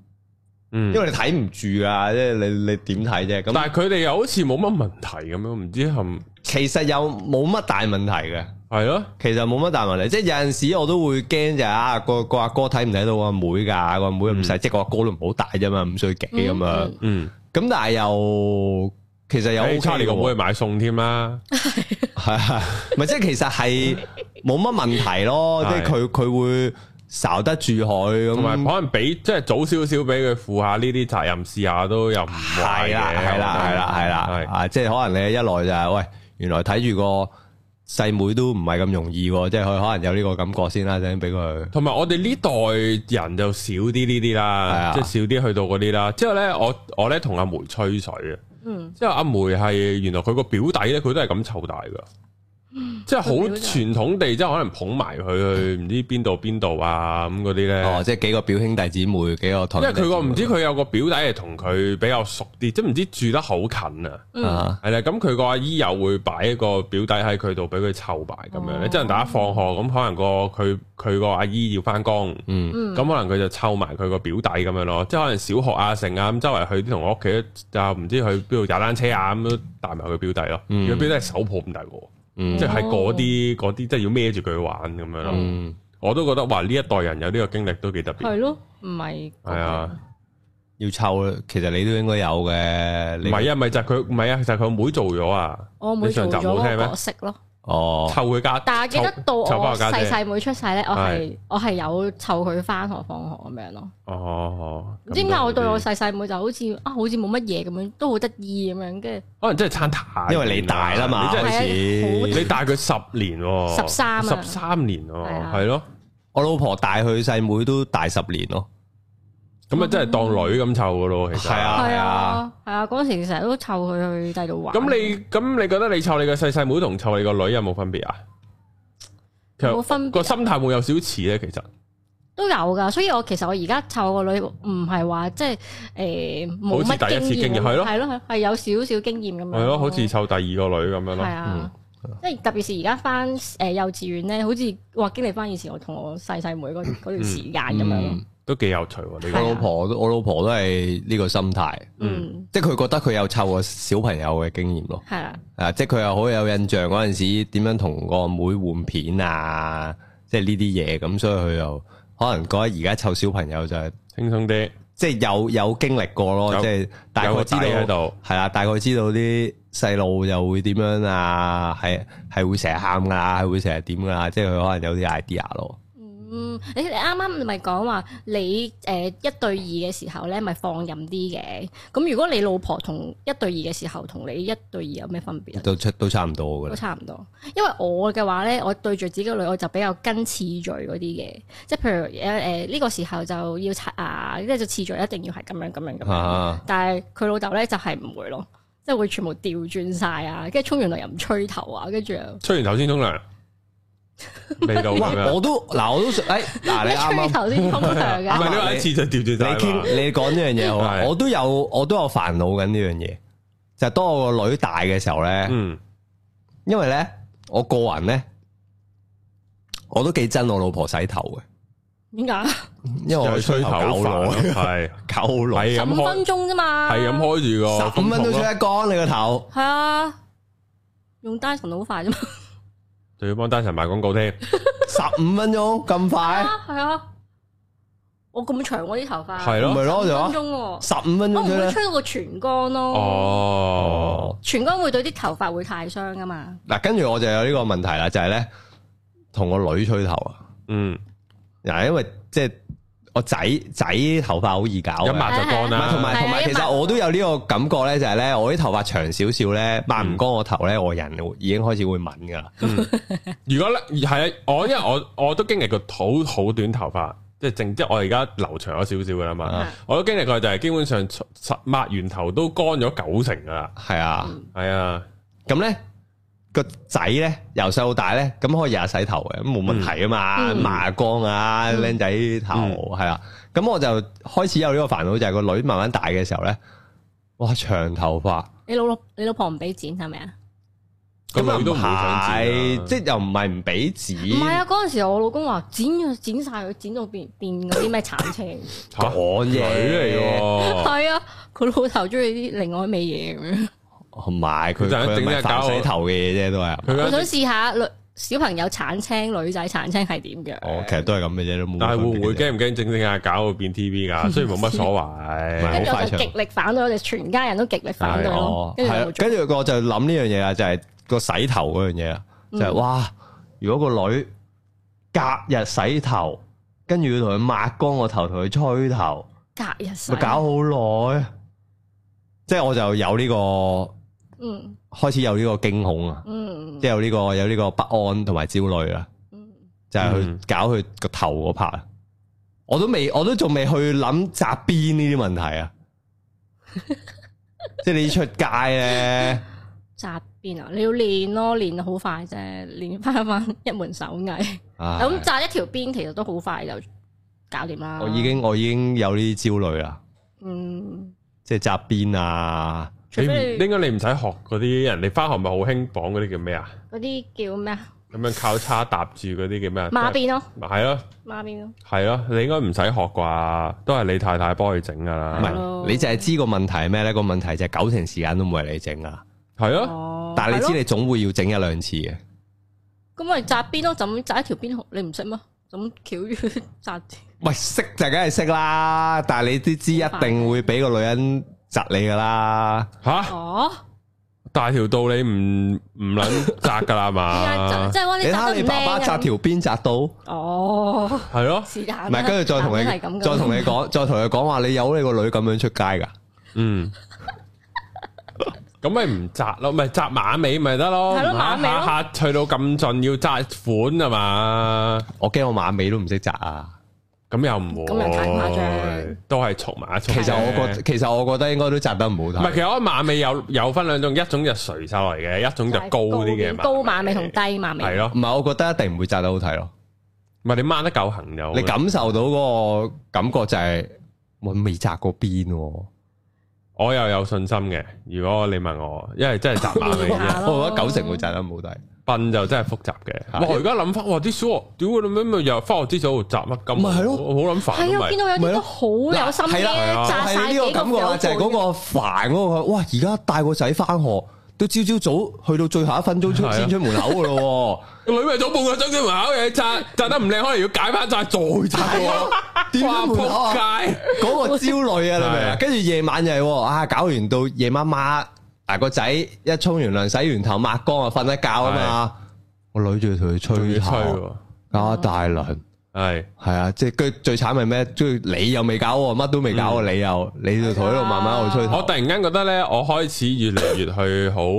S1: 嗯，
S3: 因為你睇唔住啊，即係你你點睇啫？咁
S1: 但係佢哋又好似冇乜問題咁樣，唔知係唔
S3: 其實又冇乜大問題嘅。
S1: 係咯，
S3: 其實冇乜大問題，即係有陣時我都會驚就係啊個個阿哥睇唔睇到我阿妹㗎，個阿妹咁細，即係個阿哥都唔好大啫嘛，五歲幾咁啊樣。咁
S1: 嗯，
S2: 嗯
S3: 但係又其實又
S1: 有
S3: OK
S1: 差你個妹
S3: 喎，
S1: 買餸添啦，
S3: 係啊，咪即係其 實係冇乜問題咯，即
S1: 係
S3: 係佢佢會睄得住佢
S1: 同埋
S3: 咁。
S1: 可能俾即係早少少俾佢負下呢啲責任，試下都又唔壞嘅，
S3: 係啦，係啦，係啦，係啦，
S1: 係
S3: 啊！即係可能你一來就係喂，原來睇住個細妹都唔係咁容易喎，即係佢可能有呢個感覺先啦，先俾佢。
S1: 同埋我哋呢代人就少啲呢啲
S3: 係
S1: 啦，
S3: 啊
S1: 即係少啲去到嗰啲啦。之後咧，我我咧同阿梅吹水啊，
S2: 嗯，
S1: 之後阿梅係原來佢個表弟咧，佢都係咁湊大噶，即係好
S2: 佢表弟
S1: 傳統地，即係可能捧埋佢去唔知邊度邊度啊咁嗰啲咧。
S3: 哦，即係幾個表兄弟姊妹，幾個堂
S1: 因為
S3: 兄弟
S1: 佢
S3: 姊妹。
S1: 個唔知佢有個表弟係同佢比較熟啲，即係唔知住得好近啊，
S2: 嗯
S3: 啊，
S1: 係啦。咁佢個阿姨又會擺一個表弟喺佢度俾佢湊埋咁樣咧，
S2: 哦
S1: 即係大家放學咁，可能個佢佢個阿姨要翻工，
S3: 嗯，
S2: 嗯，
S1: 咁可能佢就湊埋佢個表弟咁樣咯。即係可能小學啊、成啊咁周圍去啲同學屋企就唔知去邊度踩單車啊咁都帶埋佢表弟咯。
S3: 嗯
S1: 佢表弟係手抱咁大個，
S3: 嗯
S1: 即係嗰啲嗰啲即係要孭住佢玩咁樣咯。
S3: 嗯，
S1: 我都覺得哇，呢一代人有呢個經歷都幾特別。
S2: 係咯，唔係
S1: 係啊，
S3: 要湊啦，其實你都應該有嘅。
S1: 唔
S3: 你
S1: 係啊，咪就係佢，唔係啊，就係佢阿妹做咗啊，
S2: 我妹
S1: 你上
S2: 做
S1: 集
S2: 咗
S1: 冇聽
S2: 嗰
S1: 咩
S2: 個角色咯。
S3: 哦，
S1: 湊佢家，
S2: 但係記得到我
S1: 湊返個家
S2: 啊細
S1: 姐。
S2: 細妹出世咧，
S1: 係
S2: 我係我係有湊佢翻學放學咁樣咯。
S1: 哦，
S2: 唔知點解我對
S1: 咁都好
S2: 我
S1: 啲
S2: 細細妹就好似啊，好似冇乜嘢咁樣，都好得意咁樣，跟住
S1: 可能真係差太遠，
S3: 因為你大啦嘛，
S1: 你真係
S2: 係
S3: 開
S2: 好
S3: 始。
S1: 你大佢十年喎，
S2: 13啊
S1: 十三年
S2: 係
S1: 喎，
S2: 啊
S1: 係咯，
S3: 我老婆大佢細妹都大十年咯，
S2: 嗯
S1: 咁啊真係當女咁湊噶咯，其實
S3: 係啊
S2: 係啊係啊，嗰陣時成日都湊佢去第度玩。
S1: 咁你咁你覺得你湊你個細細妹同湊你個女有冇分別啊？其
S2: 冇
S1: 實
S2: 分
S1: 個
S2: 別
S1: 心態會有少少似咧，其實
S2: 都有㗎，所以我其實我而家湊個女唔係話即係誒冇
S1: 好似
S2: 乜
S1: 第一次
S2: 經
S1: 經驗
S2: 驗，
S1: 係咯
S2: 係咯係有少少經驗咁樣。
S1: 係咯，好似嗯湊第二個女咁樣
S2: 哦係
S1: 咯。
S2: 啊，即係特別是而家翻誒幼稚園咧，好似哇經歷翻以前我同我細細妹嗰嗰段時間咁樣咯。啊
S3: 嗯，
S1: 都都幾有趣喎呢
S3: 我
S1: 個。
S3: 老婆都我老婆都係呢個心態，
S2: 嗯，
S3: 即係佢覺得佢有湊過小朋友嘅經驗咯。
S2: 係啦，
S3: 啊，即係佢又好有印象嗰陣時點樣同個妹換片啊，即係呢啲嘢咁，所以佢又可能覺得而家湊小朋友就係、
S1: 輕鬆啲，
S3: 即係有有經歷過咯，
S1: 有
S3: 即係大
S1: 有
S3: 概
S1: 個
S3: 知
S1: 底喺
S3: 道
S1: 度，
S3: 係啦，大概知道啲細路又會點樣啊，係係會成日喊噶，係會成日點噶，即係佢可能有啲 idea 咯。
S2: 嗯，你你啱啱咪講話你誒一對二嘅時候咧，咪放任啲嘅。咁如果你老婆同一對二嘅時候，同你一對二有咩分別啊？
S3: 都出都差唔多噶
S2: 都
S3: 啦，
S2: 差唔多，因為我嘅話咧，我對住自己個女，我就比較跟次序嗰啲嘅，即係譬如誒誒呢個時候就要刷牙，即係就次序一定要係咁樣咁樣咁樣。
S3: 啊
S2: 但係佢老豆咧就係唔會咯，即係會全部調轉晒啊，跟住沖完涼又唔吹頭啊，跟住又
S1: 吹完頭先沖 涼，味道咁
S3: 哇！
S1: 樣。
S3: 我都嗱，我都想，哎，嗱，你 啱
S2: 吹
S3: 啱
S2: 頭先沖涼啊
S1: 唔係
S2: 噶。
S1: 你話一次就調轉
S3: 你
S1: 晒嘛
S3: 傾，你講呢樣嘢好啊，
S1: 係
S3: 我都有我都有煩惱緊呢樣嘢，就係當我個女大嘅時候咧，
S1: 嗯，
S3: 因為咧我個人咧，我都幾憎我老婆洗頭嘅，
S2: 點解？
S3: 因為
S1: 又
S3: 我
S1: 係吹頭
S3: 搞
S1: 好
S3: 耐，
S1: 煩，係
S3: 搞好耐。
S1: 係
S2: 十
S1: 咁
S2: 五分
S1: 開，
S2: 鐘啊啫嘛。
S1: 係咁開住個
S3: 十五
S1: 風
S3: 蚊
S1: 筒
S3: 都
S1: 咯
S3: 吹得乾你個頭，
S2: 係啊，用 Dyson 好快啫嘛。
S1: 就要幫單神賣廣告添，
S3: 十五分鐘咁快，
S2: 係啊，我咁長我啲頭髮。啊
S1: 係
S3: 咪
S1: 咯，
S3: 咯就
S2: 分
S3: 話
S2: 鐘喎，
S3: 十五分
S2: 我唔
S3: 鐘吹
S2: 會
S3: 咧。
S2: 吹到個全乾
S3: 哦
S2: 咯。
S1: 哦，
S2: 全乾會對啲頭髮會太傷噶嘛。
S3: 嗱，跟住我就有呢個問題啦，就係咧同個女吹頭啊，
S1: 嗯，
S3: 嗱，因為即係我仔仔頭髮好易搞
S1: 一
S3: 嘅。
S1: 抹就乾
S3: 唔
S1: 啦，
S3: 係同埋
S2: 係啊
S3: 同埋，
S2: 一
S3: 其實
S2: 抹
S3: 我都有呢個感覺咧，就係咧，我啲頭髮長少少咧，抹
S1: 嗯
S3: 唔乾我頭咧，我人已經開始會敏噶啦。
S1: 如果咧係啊，我因為我我都經歷過好好短頭髮，即係淨即係我而家留長咗少少噶啦嘛，
S3: 啊
S1: 我都經歷過就係基本上實抹完頭都乾咗九成噶啦，
S3: 係啊，
S1: 係啊，
S3: 咁咧個仔咧由細到大咧，咁可以日日洗頭嘅，咁冇問題啊嘛，
S2: 嗯
S3: 麻光啊，
S2: 嗯
S3: 僆仔頭係
S1: 嗯
S3: 啦。咁我就開始有呢個煩惱，就係個女慢慢大嘅時候咧，哇長頭髮。
S2: 你老你老婆唔俾剪係咪啊？
S1: 個
S3: 咁啊
S1: 女都唔會想
S3: 係
S1: 剪啊
S3: 即係又唔係唔俾剪，
S2: 唔係啊！嗰陣時我老公話剪咗剪晒佢，剪到變變嗰啲咩慘青。
S1: 嚇
S3: 講
S1: 女
S3: 嘢
S1: 嚟喎，
S2: 係啊，佢老豆中意啲另外味嘢咁樣。
S3: 同埋佢
S1: 佢就係
S3: 佢
S1: 整
S3: 唔
S1: 啲
S3: 係
S1: 搞
S3: 搞洗頭嘅嘢啫，都係。
S1: 佢
S2: 我想
S1: 嗰陣
S2: 試下女小朋友慘青，女仔慘青係點嘅？
S3: 哦，其實都係咁嘅啫，都冇。
S1: 但係會唔會？驚唔驚整整下搞會變 TV 噶？雖然冇乜所
S3: 係啊
S1: 謂
S2: 啊跟，住
S3: 好
S2: 我
S3: 快
S2: 就極力反對，我哋全家人都極力反對咯
S3: 哦，。
S2: 跟住就
S3: 係啦
S2: 冇，做
S3: 跟住我就諗呢樣嘢啦，就係個洗頭嗰樣嘢啦，啊就係
S2: 嗯
S3: 哇，如果個女隔日洗頭，跟住要同佢抹乾個頭，同佢吹頭，
S2: 隔日洗啊
S3: 咪。搞好耐。啊即係我就有呢個
S2: 嗯
S3: 開始有呢個驚恐啊，
S2: 嗯
S3: 即係有呢個有呢個不安同埋焦慮啦，
S2: 嗯，
S3: 就係去
S1: 嗯
S3: 搞佢個頭嗰 part 啊。我都未，我都仲未去諗紮邊呢啲問題 啊。即係你出街咧。
S2: 扎邊啊？你要練咯，練好快啫，練翻翻一門手藝。
S3: 唉
S2: 咁扎一條邊其實都好快就搞掂啦。
S3: 我哦已經我已經有呢啲焦慮啦，
S2: 嗯，
S3: 即係紮邊啊，
S2: 除
S1: 你唔
S2: 非你
S1: 應該你唔使學嗰啲人，你翻學咪好興綁嗰啲叫咩啊？
S2: 嗰啲叫咩啊？
S1: 咁樣交叉搭住嗰啲叫咩啊？
S2: 孖邊咯，
S1: 係咯。
S2: 孖邊咯。
S1: 系咯，你應該唔使學啩，都係你太太幫佢整噶
S3: 唔
S1: 啦。
S2: 係咯
S3: 係你就係知個問題係咩咧？個問題就係九成時間都唔會係你整啊，
S1: 係咯，
S2: 哦，
S3: 但係你知
S2: 係
S3: 你總會要整一兩次嘅，
S2: 咯咁咪扎邊咯，就咁扎一條邊，你唔識咩？就咁翹住扎住。
S3: 喂識就梗係識啦，但係你都知一定會俾個女人窒你噶啦，
S1: 吓
S2: 哦，
S1: 大條道理唔唔捻扎噶啦
S2: 點解
S1: 嘛
S2: 扎？，即係話
S3: 你
S2: 你
S3: 睇
S2: 扎
S3: 下
S2: 得
S3: 啊你
S2: 唔
S3: 爸爸紮
S2: 靚啊？
S3: 條邊紮到，唔
S2: 哦，
S1: 係咯，
S2: 是但啦。
S3: 係跟住再同你
S2: 男人係咁㗎
S3: 再同 你講再同佢講話你有你個女咁樣出街㗎，
S1: 嗯，咁咪唔扎咯，咪扎馬尾咪得咯，
S2: 係咯
S1: 唔下
S2: 馬尾咯
S1: 下下去到咁盡要扎款啊嘛，
S3: 我驚我馬尾都唔識紮啊。
S1: 咁又唔
S2: 咁又太誇
S1: 會
S2: 張，
S1: 都係束埋一束。
S3: 其實我覺其實我覺得應該都紮得唔好
S1: 唔
S3: 睇
S1: 係，。其實我馬尾有有分兩種，一種就垂晒落嚟嘅，一種就高啲嘅
S2: 高馬尾同低馬尾。
S1: 係咯，
S3: 唔係，我覺得一定唔會紮得好睇咯。
S1: 唔係你掹得夠行就好啦
S3: 你感受到嗰個感覺就係、我未紮過邊喎、
S1: 我 又有信心嘅。如果你問我，因為真係扎馬尾
S2: 練下
S1: 啫，
S2: 咯
S3: 我覺得九成會紮得冇底。
S1: 不笨就真係複雜嘅。
S3: 係
S1: 哇！我而家諗翻，哇！啲小學屌你咩咪又翻學之早集乜咁，
S3: 咪係咯
S1: 我好諗煩
S2: 係啊，
S1: 都
S2: 我
S1: 咪。
S2: 見到有啲
S3: 咪咯
S2: 都好有心
S3: 嗱係
S2: 機
S3: 啦
S1: 係啊
S2: 扎晒
S3: 係呢
S2: 幾個
S3: 個感覺啦，就係嗰個煩嗰個。哇！而家帶個仔翻學，都朝朝早去到最後一分鐘
S1: 係
S3: 出
S1: 啊
S3: 先出門口噶咯
S1: 個女咪早半個鐘先埋口嘢哎扎，扎得唔靚，可能要解翻扎再 扎嘅喎。
S3: 喎，
S1: 啊
S3: 點
S1: 哇！
S3: 出門 口
S1: 仆
S3: 啊？
S1: 街！
S3: 嗰個焦慮啊，你明唔明
S1: 係
S3: 啊？跟住夜晚又係喎啊，搞完到夜媽媽，嗱個仔一沖完涼、洗完頭、抹乾啊，瞓一覺啊嘛。我女仲要同佢吹頭，搞大輪。
S1: 係
S3: 系啊，即系佢最惨系咩？即系你又未搞喎，乜都未搞喎，你又你就同佢喺度慢慢去吹頭
S1: 嗯我突然間覺得咧，我開始越嚟越去好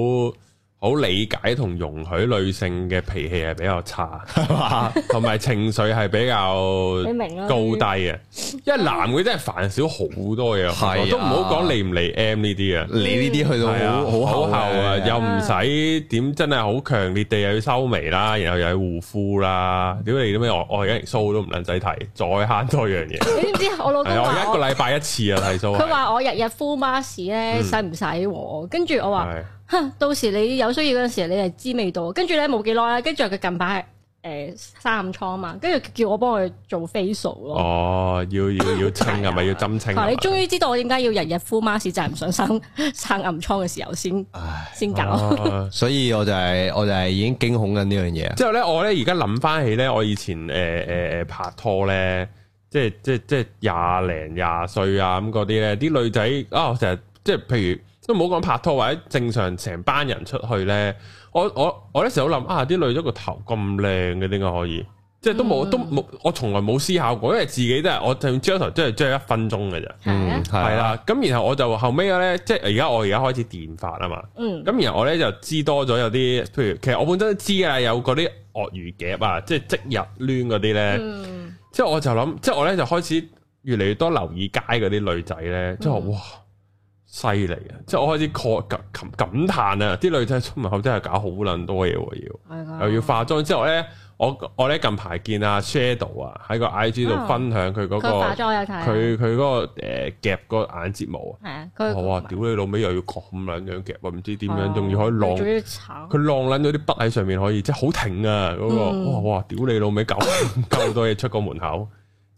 S1: 好理解同容許女性嘅脾氣係比較差， 同埋情緒係比較
S2: 你明啦
S1: 高低啊嘅。因為男嘅真係煩少好多嘢，
S3: 係啊
S1: 都唔好講嚟唔嚟 M 呢啲啊。
S3: 你呢啲去到
S1: 係啊，
S3: 好好
S1: 好
S3: 厚
S1: 厚啊，
S3: 啊，
S1: 又唔使點真係好強烈地又要收眉啦，然後又要護膚啦，屌你啲咩我我而家連須都唔撚使睇，再慳多樣嘢。
S2: 你知 唔知我老公
S1: 係啊，我而
S2: 話
S1: 家一個
S2: 我
S1: 禮拜一次啊睇須係。
S2: 佢話我日日敷 mask 咧，使唔使喎？跟住我話，
S1: 嗯係
S2: 哼，到時你有需要嗰陣時，你係知味道。跟住咧冇幾耐啦，跟住佢近排係誒生暗瘡嘛，跟住叫我幫佢做 facial 咯。
S1: 哦，要要要清係咪要針清係
S2: 佢
S1: 咪？
S2: 話你終於知道我點解要日日敷 mask，就係唔想生生暗瘡嘅時候先
S3: 唉，
S2: 先搞。
S1: 搞。
S3: 所以我就系我就系已经惊恐紧呢样嘢啊，
S1: 之後咧，我咧而家諗翻起咧，我以前诶诶诶拍拖咧，即係即係即係廿零廿歲啊咁嗰啲咧，啲女仔啊，我成日即係譬如都唔好講拍拖或者正常成班人出去咧，我我我咧成日都諗啊，啲女仔個頭咁靚嘅點解可以？即係都冇、都冇，我從來冇思考過，因為自己都係我就算追頭都係追一分鐘嘅啫。
S2: 係啊，
S3: 系
S1: 係，啦，咁然後我就後尾咧，即係而家我而家開始電發啊嘛。
S2: 嗯，
S1: 咁然後我咧就知多咗有啲，譬如其實我本身都知㗎，有嗰啲鱷魚夾啊，即係即日攣嗰啲咧。
S2: 嗯，
S1: 之後我就諗，即係我咧就開始越嚟越多留意街嗰啲女仔咧，之後
S2: 嗯
S1: 哇犀利啊！即係我開始確感感感嘆啊，啲女仔出門口真係搞好撚多嘢喎，要
S2: 係啊
S1: 又要化妝。之後咧，我我咧近排見啊 Shadow 啊喺個 IG 度
S2: 啊
S1: 分享佢嗰
S2: 佢化
S1: 個
S2: 妝有睇啊，
S1: 佢佢嗰個誒夾個眼睫毛啊。
S2: 係啊，佢
S1: 我話屌你老味又要咁撚樣夾，啊唔知點樣，仲要可以
S2: 浪，
S1: 浪
S2: 仲要炒，
S1: 佢浪撚咗啲筆喺上面，可以即係好挺啊！嗰、個
S2: 嗯
S1: 哇哇，屌你老味， 搞搞好多嘢出個門口，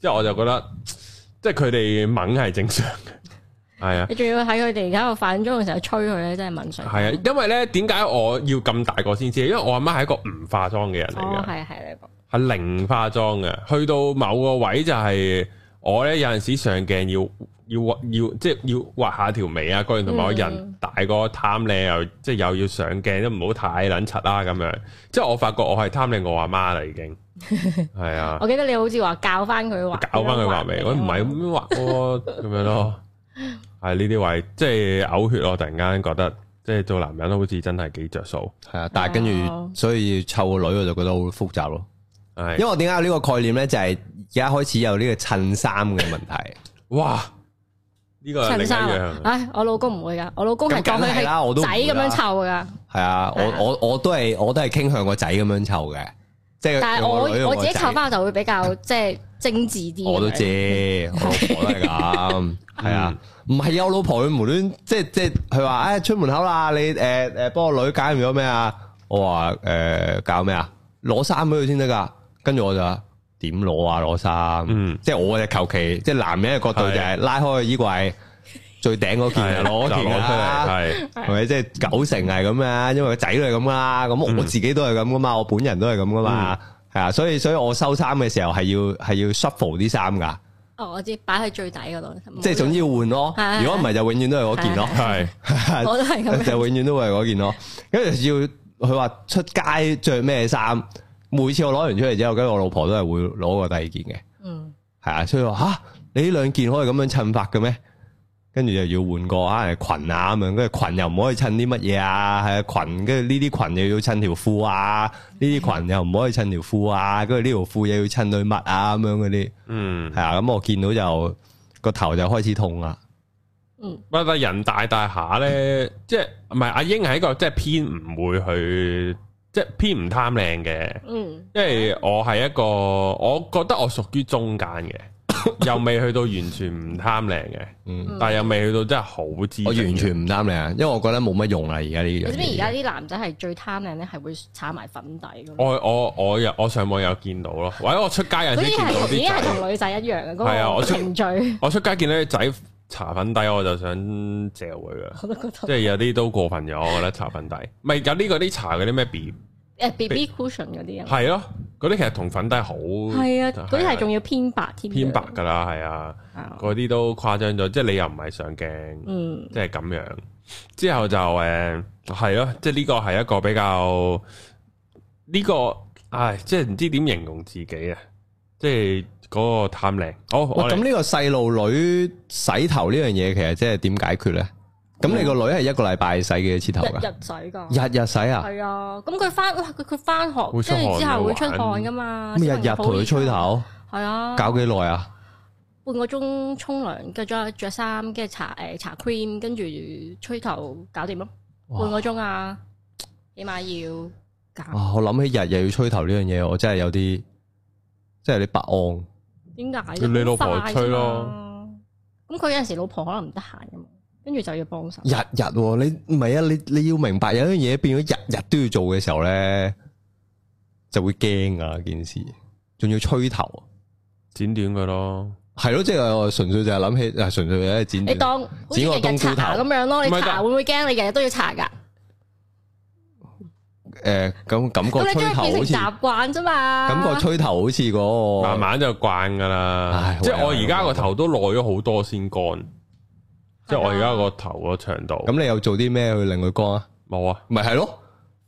S1: 之後我就覺得，即係佢哋猛係正常嘅，係啊
S2: 你仲要喺佢哋喺度化緊妝嘅時候吹佢咧，真係問水。
S1: 係啊，因為咧點解我要咁大個先知？因為我阿媽係一個唔化妝嘅人嚟
S2: 哦，
S1: 嘅，
S2: 係啊係啊你講
S1: 係、零化妝嘅，去到某個位就係、我咧有陣時上鏡要要畫要即係要畫下條眉啊，嗰樣同埋我人
S2: 嗯
S1: 大個貪靚又即係又要上鏡都唔好太撚柒啦咁樣。即係我發覺我係貪靚我阿媽啦已經，係啊，
S2: 我記得你好似話啊教翻佢畫，
S1: 搞翻佢畫眉，我唔係咁樣畫喎咁樣咯。係呢啲位即係嘔血咯，我突然間覺得即係做男人好似真係幾着數，
S3: 系啊，但系跟
S2: 哦
S3: 住所以凑个女我就觉得好复杂咯，因
S1: 係
S3: 为我点解有呢个概念咧，就系而家开始有呢个衬衫嘅问題。
S1: 哇呢個係另
S2: 襯
S1: 一
S2: 衫
S1: 樣
S2: 啊。。唉，我老公唔會㗎，我老公係
S3: 咁
S2: 當佢
S3: 梗係啦我
S2: 係
S3: 都唔
S2: 仔
S3: 會
S2: 咁樣
S3: 啦
S2: 湊㗎。
S3: 系啊，我我我都系我都系倾向个仔咁樣湊嘅，即係
S2: 但係我
S3: 用個女
S2: 我
S3: 用
S2: 自
S3: 個
S2: 己
S3: 仔
S2: 湊翻就會比較即係精緻啲。
S3: 我都知，我老婆都係 咁，係啊，唔係啊，我老婆佢無端即係即係佢話诶出門口啦，你诶诶帮我女搞完咗咩啊？我話诶搞咩啊？攞衫俾佢先得㗎，跟住我就話點攞啊？攞
S1: 嗯
S3: 衫，即係我就求其，即係男人嘅角度就係拉開個衣櫃最頂嗰件啊就攞
S1: 就
S3: 嗰件
S1: 攞出
S3: 啦。
S1: 嚟，係
S3: 系咪即係九成係咁啊？因為個仔都係咁啦，咁我自己都係咁噶嘛，我本人都係咁噶嘛，係啊，所以所以我收衫嘅時候係要系要 shuffle 啲衫噶，
S2: 哦，我知擺喺最底嗰度。
S3: 即係總之要換咯
S2: 係。
S3: 如果唔係就永遠都係嗰 件咯，
S1: 係
S2: 我都係咁樣。
S3: 就永遠都係嗰件咯。跟住要佢話出街着咩衫，每次我攞完出嚟之後，跟住我老婆都係會攞個第二件嘅，
S2: 嗯，
S3: 係啊，所以話吓你呢兩件可以咁樣襯法嘅咩？跟住又要換個啊裙啊咁樣，跟住裙又唔可以襯啲乜嘢啊，係啊裙，跟住呢啲裙又要襯條褲啊，呢啲裙又唔可以襯條褲啊，跟住呢條褲又要襯對襪啊咁樣嗰啲，
S1: 嗯
S3: 係。啊，咁我見到就個頭就開始痛啦，
S1: 喂，但係人大大下咧，即係唔係阿英係一個即係偏唔會去，即係偏唔貪靚嘅，
S2: 嗯，
S1: 因為我係一個，我覺得我屬於中間嘅，又未去到完全唔貪靚嘅，
S3: 嗯
S1: 但又未去到真係好知。
S3: 我完全唔啱你啊，因為我覺得冇乜用啦，而家呢
S2: 你
S3: 樣
S2: 知唔知而家
S3: 嘢。
S2: 啲男仔係最貪靚咧，係會搽埋粉底咁。
S1: 我我我有我上網有見到咯，或者我出街有
S2: 嗰
S1: 陣時
S2: 啲
S1: 見到
S2: 係已經
S1: 啲仔，
S2: 係同女仔一樣嘅
S1: 係啊
S2: 嗰
S1: 我
S2: 個
S1: 出
S2: 程序，
S1: 我出街見到啲仔搽粉底，我就想嚼佢噶，
S2: 我都覺得
S1: 即係有啲都過分咗，我覺得搽粉底，咪有呢個啲搽嗰啲咩 B
S2: 誒 BB cushion 嗰啲啊，
S1: 係咯，嗰啲其實同粉底好
S2: 係啊，嗰啲係仲要偏白添，
S1: 偏白㗎啦，係啊，
S2: 啊，
S1: 嗰啲都誇張咗，即係你又唔係上鏡。
S2: 嗯，
S1: 即係咁樣。之後就誒係咯，即係呢個係一個比較呢、個，唉，即係唔知點形容自己啊！即係嗰個貪靚。好，
S3: 喂，
S1: 我
S3: 咁
S1: 哋
S3: 呢個細路女洗頭呢樣嘢，其實即係點解決咧？咁你個女係一個禮拜洗幾多次頭
S2: 日
S3: 噶？
S2: 日仔㗎。
S3: 日日洗啊？
S2: 係啊，咁佢翻哇佢佢翻學，
S1: 會出
S2: 跟住之
S1: 汗㗎
S2: 後會出
S1: 玩
S2: 汗噶嘛，
S3: 咁日
S2: 小朋友
S3: 日同
S2: 好
S3: 佢
S2: 熱
S3: 吹
S2: 㗎，
S3: 頭，
S2: 係啊，
S3: 搞幾耐啊？
S2: 半個鐘沖涼，跟住再着衫，跟住搽誒搽 cream，跟住吹頭搞掂咯，
S3: 哇
S2: 半個鐘啊，起碼要搞。
S3: 啊！我諗起日日要吹頭呢樣嘢，我真係有啲，即係有啲不安。
S2: 點解
S1: 叫
S2: 啫？
S1: 你
S2: 好
S1: 老婆
S2: 快啫
S1: 吹咯
S2: 嘛。咁佢有陣時老婆可能唔得閒噶嘛，跟住就要幫手。
S3: 日日喎你唔係啊，你你要明白有一樣嘢變咗日日都要做嘅時候咧，就會驚啊件事，仲要吹頭，啊
S1: 剪短佢咯。
S3: 係咯，即係我純粹就係諗起，啊純粹就係剪
S2: 你
S3: 短。
S2: 當好似日
S3: 剪
S2: 日
S3: 個冬
S2: 搽
S3: 菇頭
S2: 咁樣咯，你
S1: 唔係但
S2: 搽會唔會驚？你日日都要搽㗎，
S3: 誒咁感覺
S2: 咁你
S3: 吹
S2: 將
S3: 頭
S2: 佢
S3: 好
S2: 變
S3: 似
S2: 成啊習慣啫嘛。
S3: 感覺吹頭好似嗰個
S1: 慢慢就慣噶啦
S3: 哦唉，啊
S1: 即係我
S3: 喂
S1: 而家
S3: 喂
S1: 個頭都耐咗好多先
S2: 啊
S1: 乾，即係我而家個頭個長度
S3: 咁你又做啲咩去令佢乾啊？
S1: 冇啊，
S3: 咪係咯，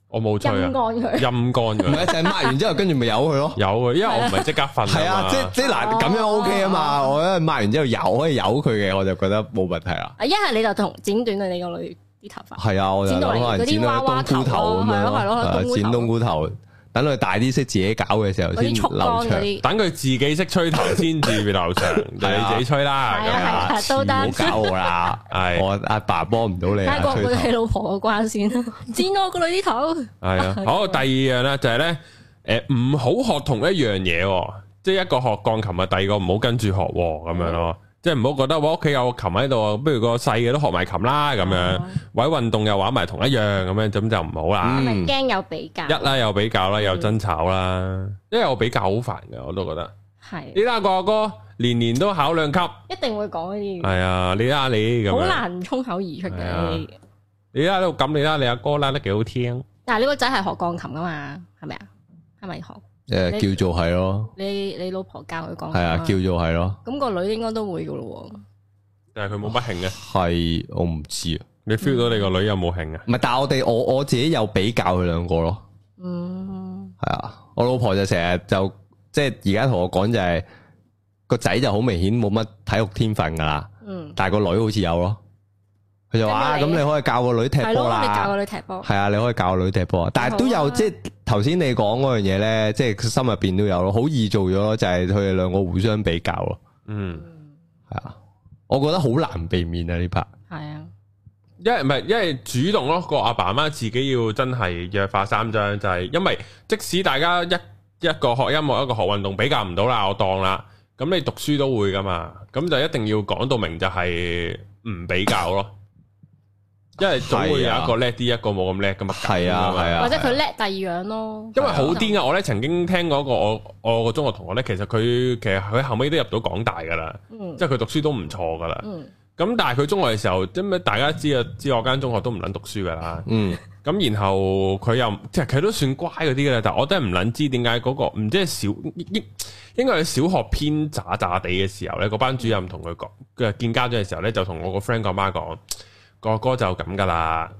S1: 我冇吹
S2: 陰
S1: 啊，
S2: 乾佢。
S1: 陰乾
S3: 唔係
S1: 㗎，
S3: 就係抹完之後跟住咪由佢咯。
S1: 有啊，因為我唔係即刻瞓
S3: 係啊，即
S1: 嘛，
S3: 即嗱咁樣 OK 啊嘛，
S2: 哦
S3: 我因為抹完之後由可以由佢嘅，我就覺得冇問題啦。
S2: 啊，一係你就同剪短佢你個女啲頭髮，
S3: 係啊，我就
S2: 剪到嚟
S3: 諗可能剪到冬菇頭咁樣
S2: 嗰啲娃娃頭咯係咯係咯
S3: 係啊
S2: 冬菇頭
S3: 剪冬菇頭，等佢大啲識自己搞嘅時候
S2: 嗰
S3: 先
S2: 啲束
S3: 流
S2: 光嗰
S3: 暢。
S2: 啲，
S1: 等佢自己識吹頭先至流長， 就你自己吹啦咁
S2: 係
S1: 樣
S2: 啊。
S3: 啊
S2: 都得
S3: 唔好搞我啦，
S1: 係
S3: 我阿爸幫唔到你
S2: 睇
S3: 啊
S2: 下，過唔
S3: 吹
S2: 過你
S3: 頭。
S2: 老婆個 關先啦，剪我個女啲頭。
S1: 系啊，好第二樣咧就係咧，诶唔好學同一樣嘢喎，即係一個學鋼琴啊，第二個唔好跟住學喎咁樣咯，
S3: 嗯
S1: 即係唔好覺得我屋企有個琴喺度啊，不如個細嘅都學埋琴啦咁樣，或者運動又玩埋同一樣咁樣，咁就唔好啦。
S2: 係咪
S3: 嗯
S2: 驚有比較？
S1: 一啦又比較啦，又爭吵啦，因為我比較好煩嘅，我都覺得。你
S2: 係
S1: 啦個阿哥年年都考兩級，
S2: 一定會講呢啲嘅，
S1: 係啊，你啦你咁
S2: 嗯好
S1: 樣，
S2: 難衝口而出嘅
S1: 係啊
S2: 呢啲。
S1: 你啦到咁，你啦你阿哥拉得幾好聽，
S2: 但係你個仔係學鋼琴噶嘛？係咪啊？係咪學？
S3: 誒，叫做係咯，
S2: 你你老婆教佢鋼琴
S3: 係啊，叫做係咯，
S2: 咁個女應該都會噶咯
S1: 但係佢冇乜興啊，
S3: 係我唔知啊。
S1: 你 feel 到你個女有冇興啊？
S3: 唔係，但係我哋我我自己有比較佢兩個咯。
S2: 喎。嗯，
S3: 係啊，我老婆就成日就即係而家同我講就係個仔就好明顯冇乜體育天分㗎啦，
S2: 嗯，
S3: 但係個女好似有咯。佢就話啊，
S2: 咁
S3: 咁
S2: 你
S3: 你可以教個女踢
S2: 係
S3: 波
S2: 咯，你教
S3: 啦，
S2: 個女踢波，
S3: 係啊，你可以教個女踢波，但係都
S2: 好
S3: 有
S2: 啊
S3: 即係頭先你講嗰樣嘢咧，即係佢心入邊都有咯，好易做咗咯，就係佢哋兩個互相比較咯，
S1: 嗯。
S2: 嗯，
S3: 係啊，我覺得好難避免啊呢 part，
S2: 係啊，
S1: 因為唔係，因為主動咯，個阿爸阿媽自己要真係約法三章，就係、因為即使大家一一個學音樂，一個學運動比較唔到啦，我當啦，咁你讀書都會噶嘛，咁就一定要講到明就係唔比較咯，因為總會有一個叻啲，一個冇咁叻噶嘛，
S3: 係啊
S1: 咁㗎嘛
S3: 係啊，
S2: 或者佢叻第二樣咯。
S1: 因為好
S2: 就
S1: 癲啊！我咧曾經聽過一個我我個中學同學咧，其實佢其實佢後尾都入到港大噶啦，
S2: 嗯
S1: 即係佢讀書都唔錯噶啦。
S2: 嗯，
S1: 咁但係佢中學嘅時候，因為大家知啊，知我間中學都唔撚讀書噶啦。
S3: 嗯，
S1: 咁然後佢又即係佢都算乖嗰啲嘅啦，但我都係唔撚知點解嗰個唔知係小應應該係小學偏渣渣地嘅時候咧，個班主任同佢講，佢見家長嘅時候咧，就同我個 friend 個媽講，個哥就咁噶啦，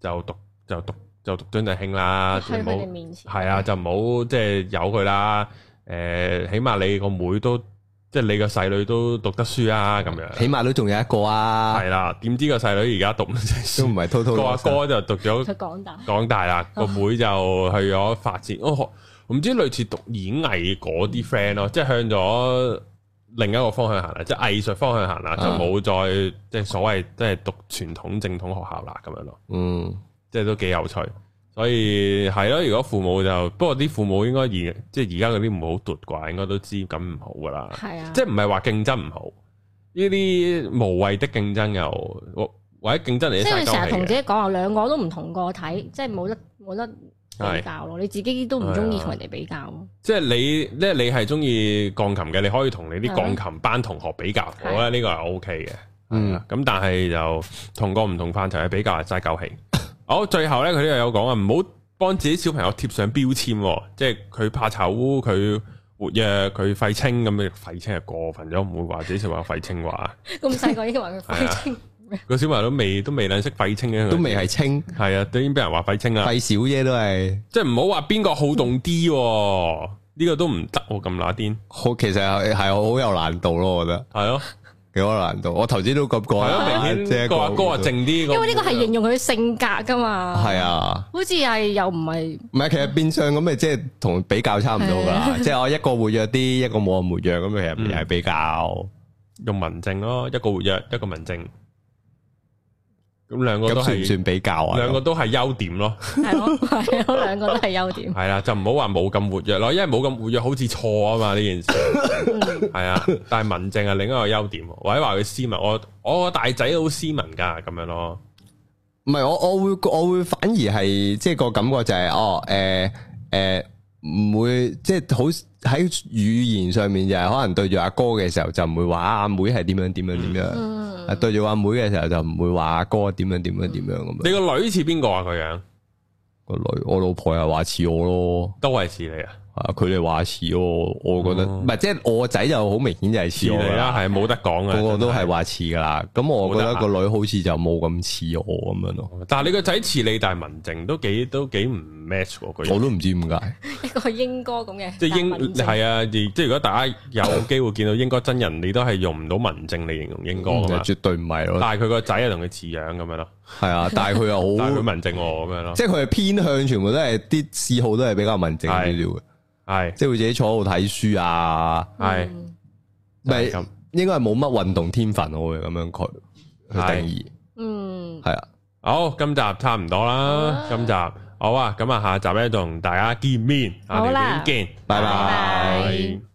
S1: 就讀就讀就讀張振興啦，就
S2: 喺
S1: 唔
S2: 佢哋
S1: 好
S2: 面前，
S1: 係啊，就唔好即係由佢啦。誒、起碼你個妹都即係你個細女都讀得書啊，咁樣
S3: 起碼都仲有一個啊
S1: 係，啦。點知個細女而家讀唔成
S3: 都
S1: 書
S3: 唔，係滔滔
S1: 個
S3: 落
S1: 阿哥就讀咗
S2: 佢講大，
S1: 港大啦，個妹就去咗發展，我學唔知類似讀演藝嗰啲 friend 咯，即係向咗另一個方向行啦，即係藝術方向行啦，就
S3: 啊
S1: 冇再即係所謂即係讀傳統正統學校啦咁樣咯，
S3: 嗯。
S1: 即係都幾有趣。所以係咯，如果父母就不過啲父母應該而即係而家嗰啲唔好奪啩，應該都知咁唔好噶啦。
S2: 係啊，
S1: 即係唔係話競爭唔好，呢啲無謂的競爭又或或者競爭嚟啲
S2: 即係
S1: 晒
S2: 你成日同
S1: 鳩
S2: 自
S1: 氣嘅。
S2: 己講話兩個都唔同個體，即係冇得冇得比
S1: 係
S2: 較咯。你自己都唔中意同人哋比較，
S1: 即係你咧，你係中意鋼琴嘅，你可以同你啲
S2: 係啊
S1: 鋼琴班同學比較，我覺得呢個係 O K 嘅。
S3: 嗯
S1: 係啊咁但係就同個唔同範疇嘅比較係齋 鳩氣。好，最後咧佢呢度有講啊，唔好幫自己小朋友貼上標籤喎，即係佢怕醜，佢活躍，佢廢青咁，廢青係過分咗，唔會話自己小朋友廢青話。
S2: 咁細個已經話佢廢青，
S1: 個小朋友都未都未撚識廢青嘅，
S3: 都未係清，
S1: 係啊，都已經俾人話廢青啦。
S3: 費少啫都係。
S1: 即係唔好話邊個好動啲喎，呢、個都唔得喎，咁乸癲。
S3: 好，其實係係好有難度咯，我覺得
S1: 係咯，
S3: 幾有難度。我頭先都咁講
S1: 係
S3: 啦
S1: 咯，明
S3: 即係
S1: 顯個阿哥啊靜啲個妹啊，
S2: 因為呢個係形容佢性格噶嘛。
S3: 係，啊。
S2: 好似係又唔係
S3: 唔係，其實變相咁咪即係同比較差唔多噶啦，即係我一個活躍啲，一個冇咁活躍，咁
S1: 嗯
S3: 其實又係比較。
S1: 用文靜咯，一個活躍，一個文靜，咁兩個都
S3: 咁算唔
S1: 係
S3: 算比較啊？
S1: 兩個都係優 點咯，
S2: 係咯係咯，兩個都係優點。
S1: 係啦，就唔好話冇咁活躍咯，因為冇咁活躍好似錯啊嘛呢 件事，係啊，但係文靜係另一個優點喎，或者話佢斯文，我我個大仔好斯文㗎咁樣咯，
S3: 唔係我我會我會反而係即係個感覺就係、哦誒誒唔會即係好喺語言上面就係可能對住阿哥嘅時候就唔會話啊阿妹係點樣點樣點樣，
S2: 嗯，
S3: 啊對住阿妹嘅時候就唔會話阿哥點樣點樣點樣咁樣。
S1: 你個女似邊個啊？個樣
S3: 個女我老婆又話似我咯，
S1: 都係似你啊，
S3: 啊佢哋話似我，我覺得
S1: 哦
S3: 唔係即係我個仔就好明顯就係
S1: 似
S3: 似
S1: 你
S3: 我
S1: 啦，
S3: 㗎啦，
S1: 係冇得講嘅，
S3: 個個都
S1: 真
S3: 係話似噶啦。咁我覺得
S1: 冇
S3: 個
S1: 得
S3: 女好似就冇咁似我咁樣咯，
S1: 但系你個仔似你，但係文靜都幾都幾唔 match 喎佢
S3: 我都唔知點解。
S2: 一個英哥咁嘅，
S1: 即係
S2: 但文
S1: 英
S2: 靜
S1: 係啊，而即係如果大家有機會見到英哥真人，你都係用唔到文靜嚟形容英哥噶
S3: 嗯就
S1: 啊嘛。
S2: 嗯
S1: 啊
S3: 絕對唔係咯
S1: 但，係佢個仔係同佢似樣咁樣咯，
S3: 係 啊，但係佢又
S1: 但係佢
S3: 好，
S1: 文靜喎咁樣咯，
S3: 即係佢係偏向全部都係啲嗜好都係比較文靜啲料嘅，
S1: 係
S3: 即係會自己坐喺度睇書啊，
S1: 係
S2: 嗯
S3: 唔係
S1: 就係咁
S3: 應該係冇乜運動天分，我會咁樣佢去定
S2: 嗯
S3: 義，係啊，
S1: 好，今集差唔多啦
S2: 好啊，
S1: 今集好啊，咁啊下集咧同大家見面，下
S2: 好啦
S1: 條片見，
S2: 拜
S3: 拜
S2: 拜
S1: 拜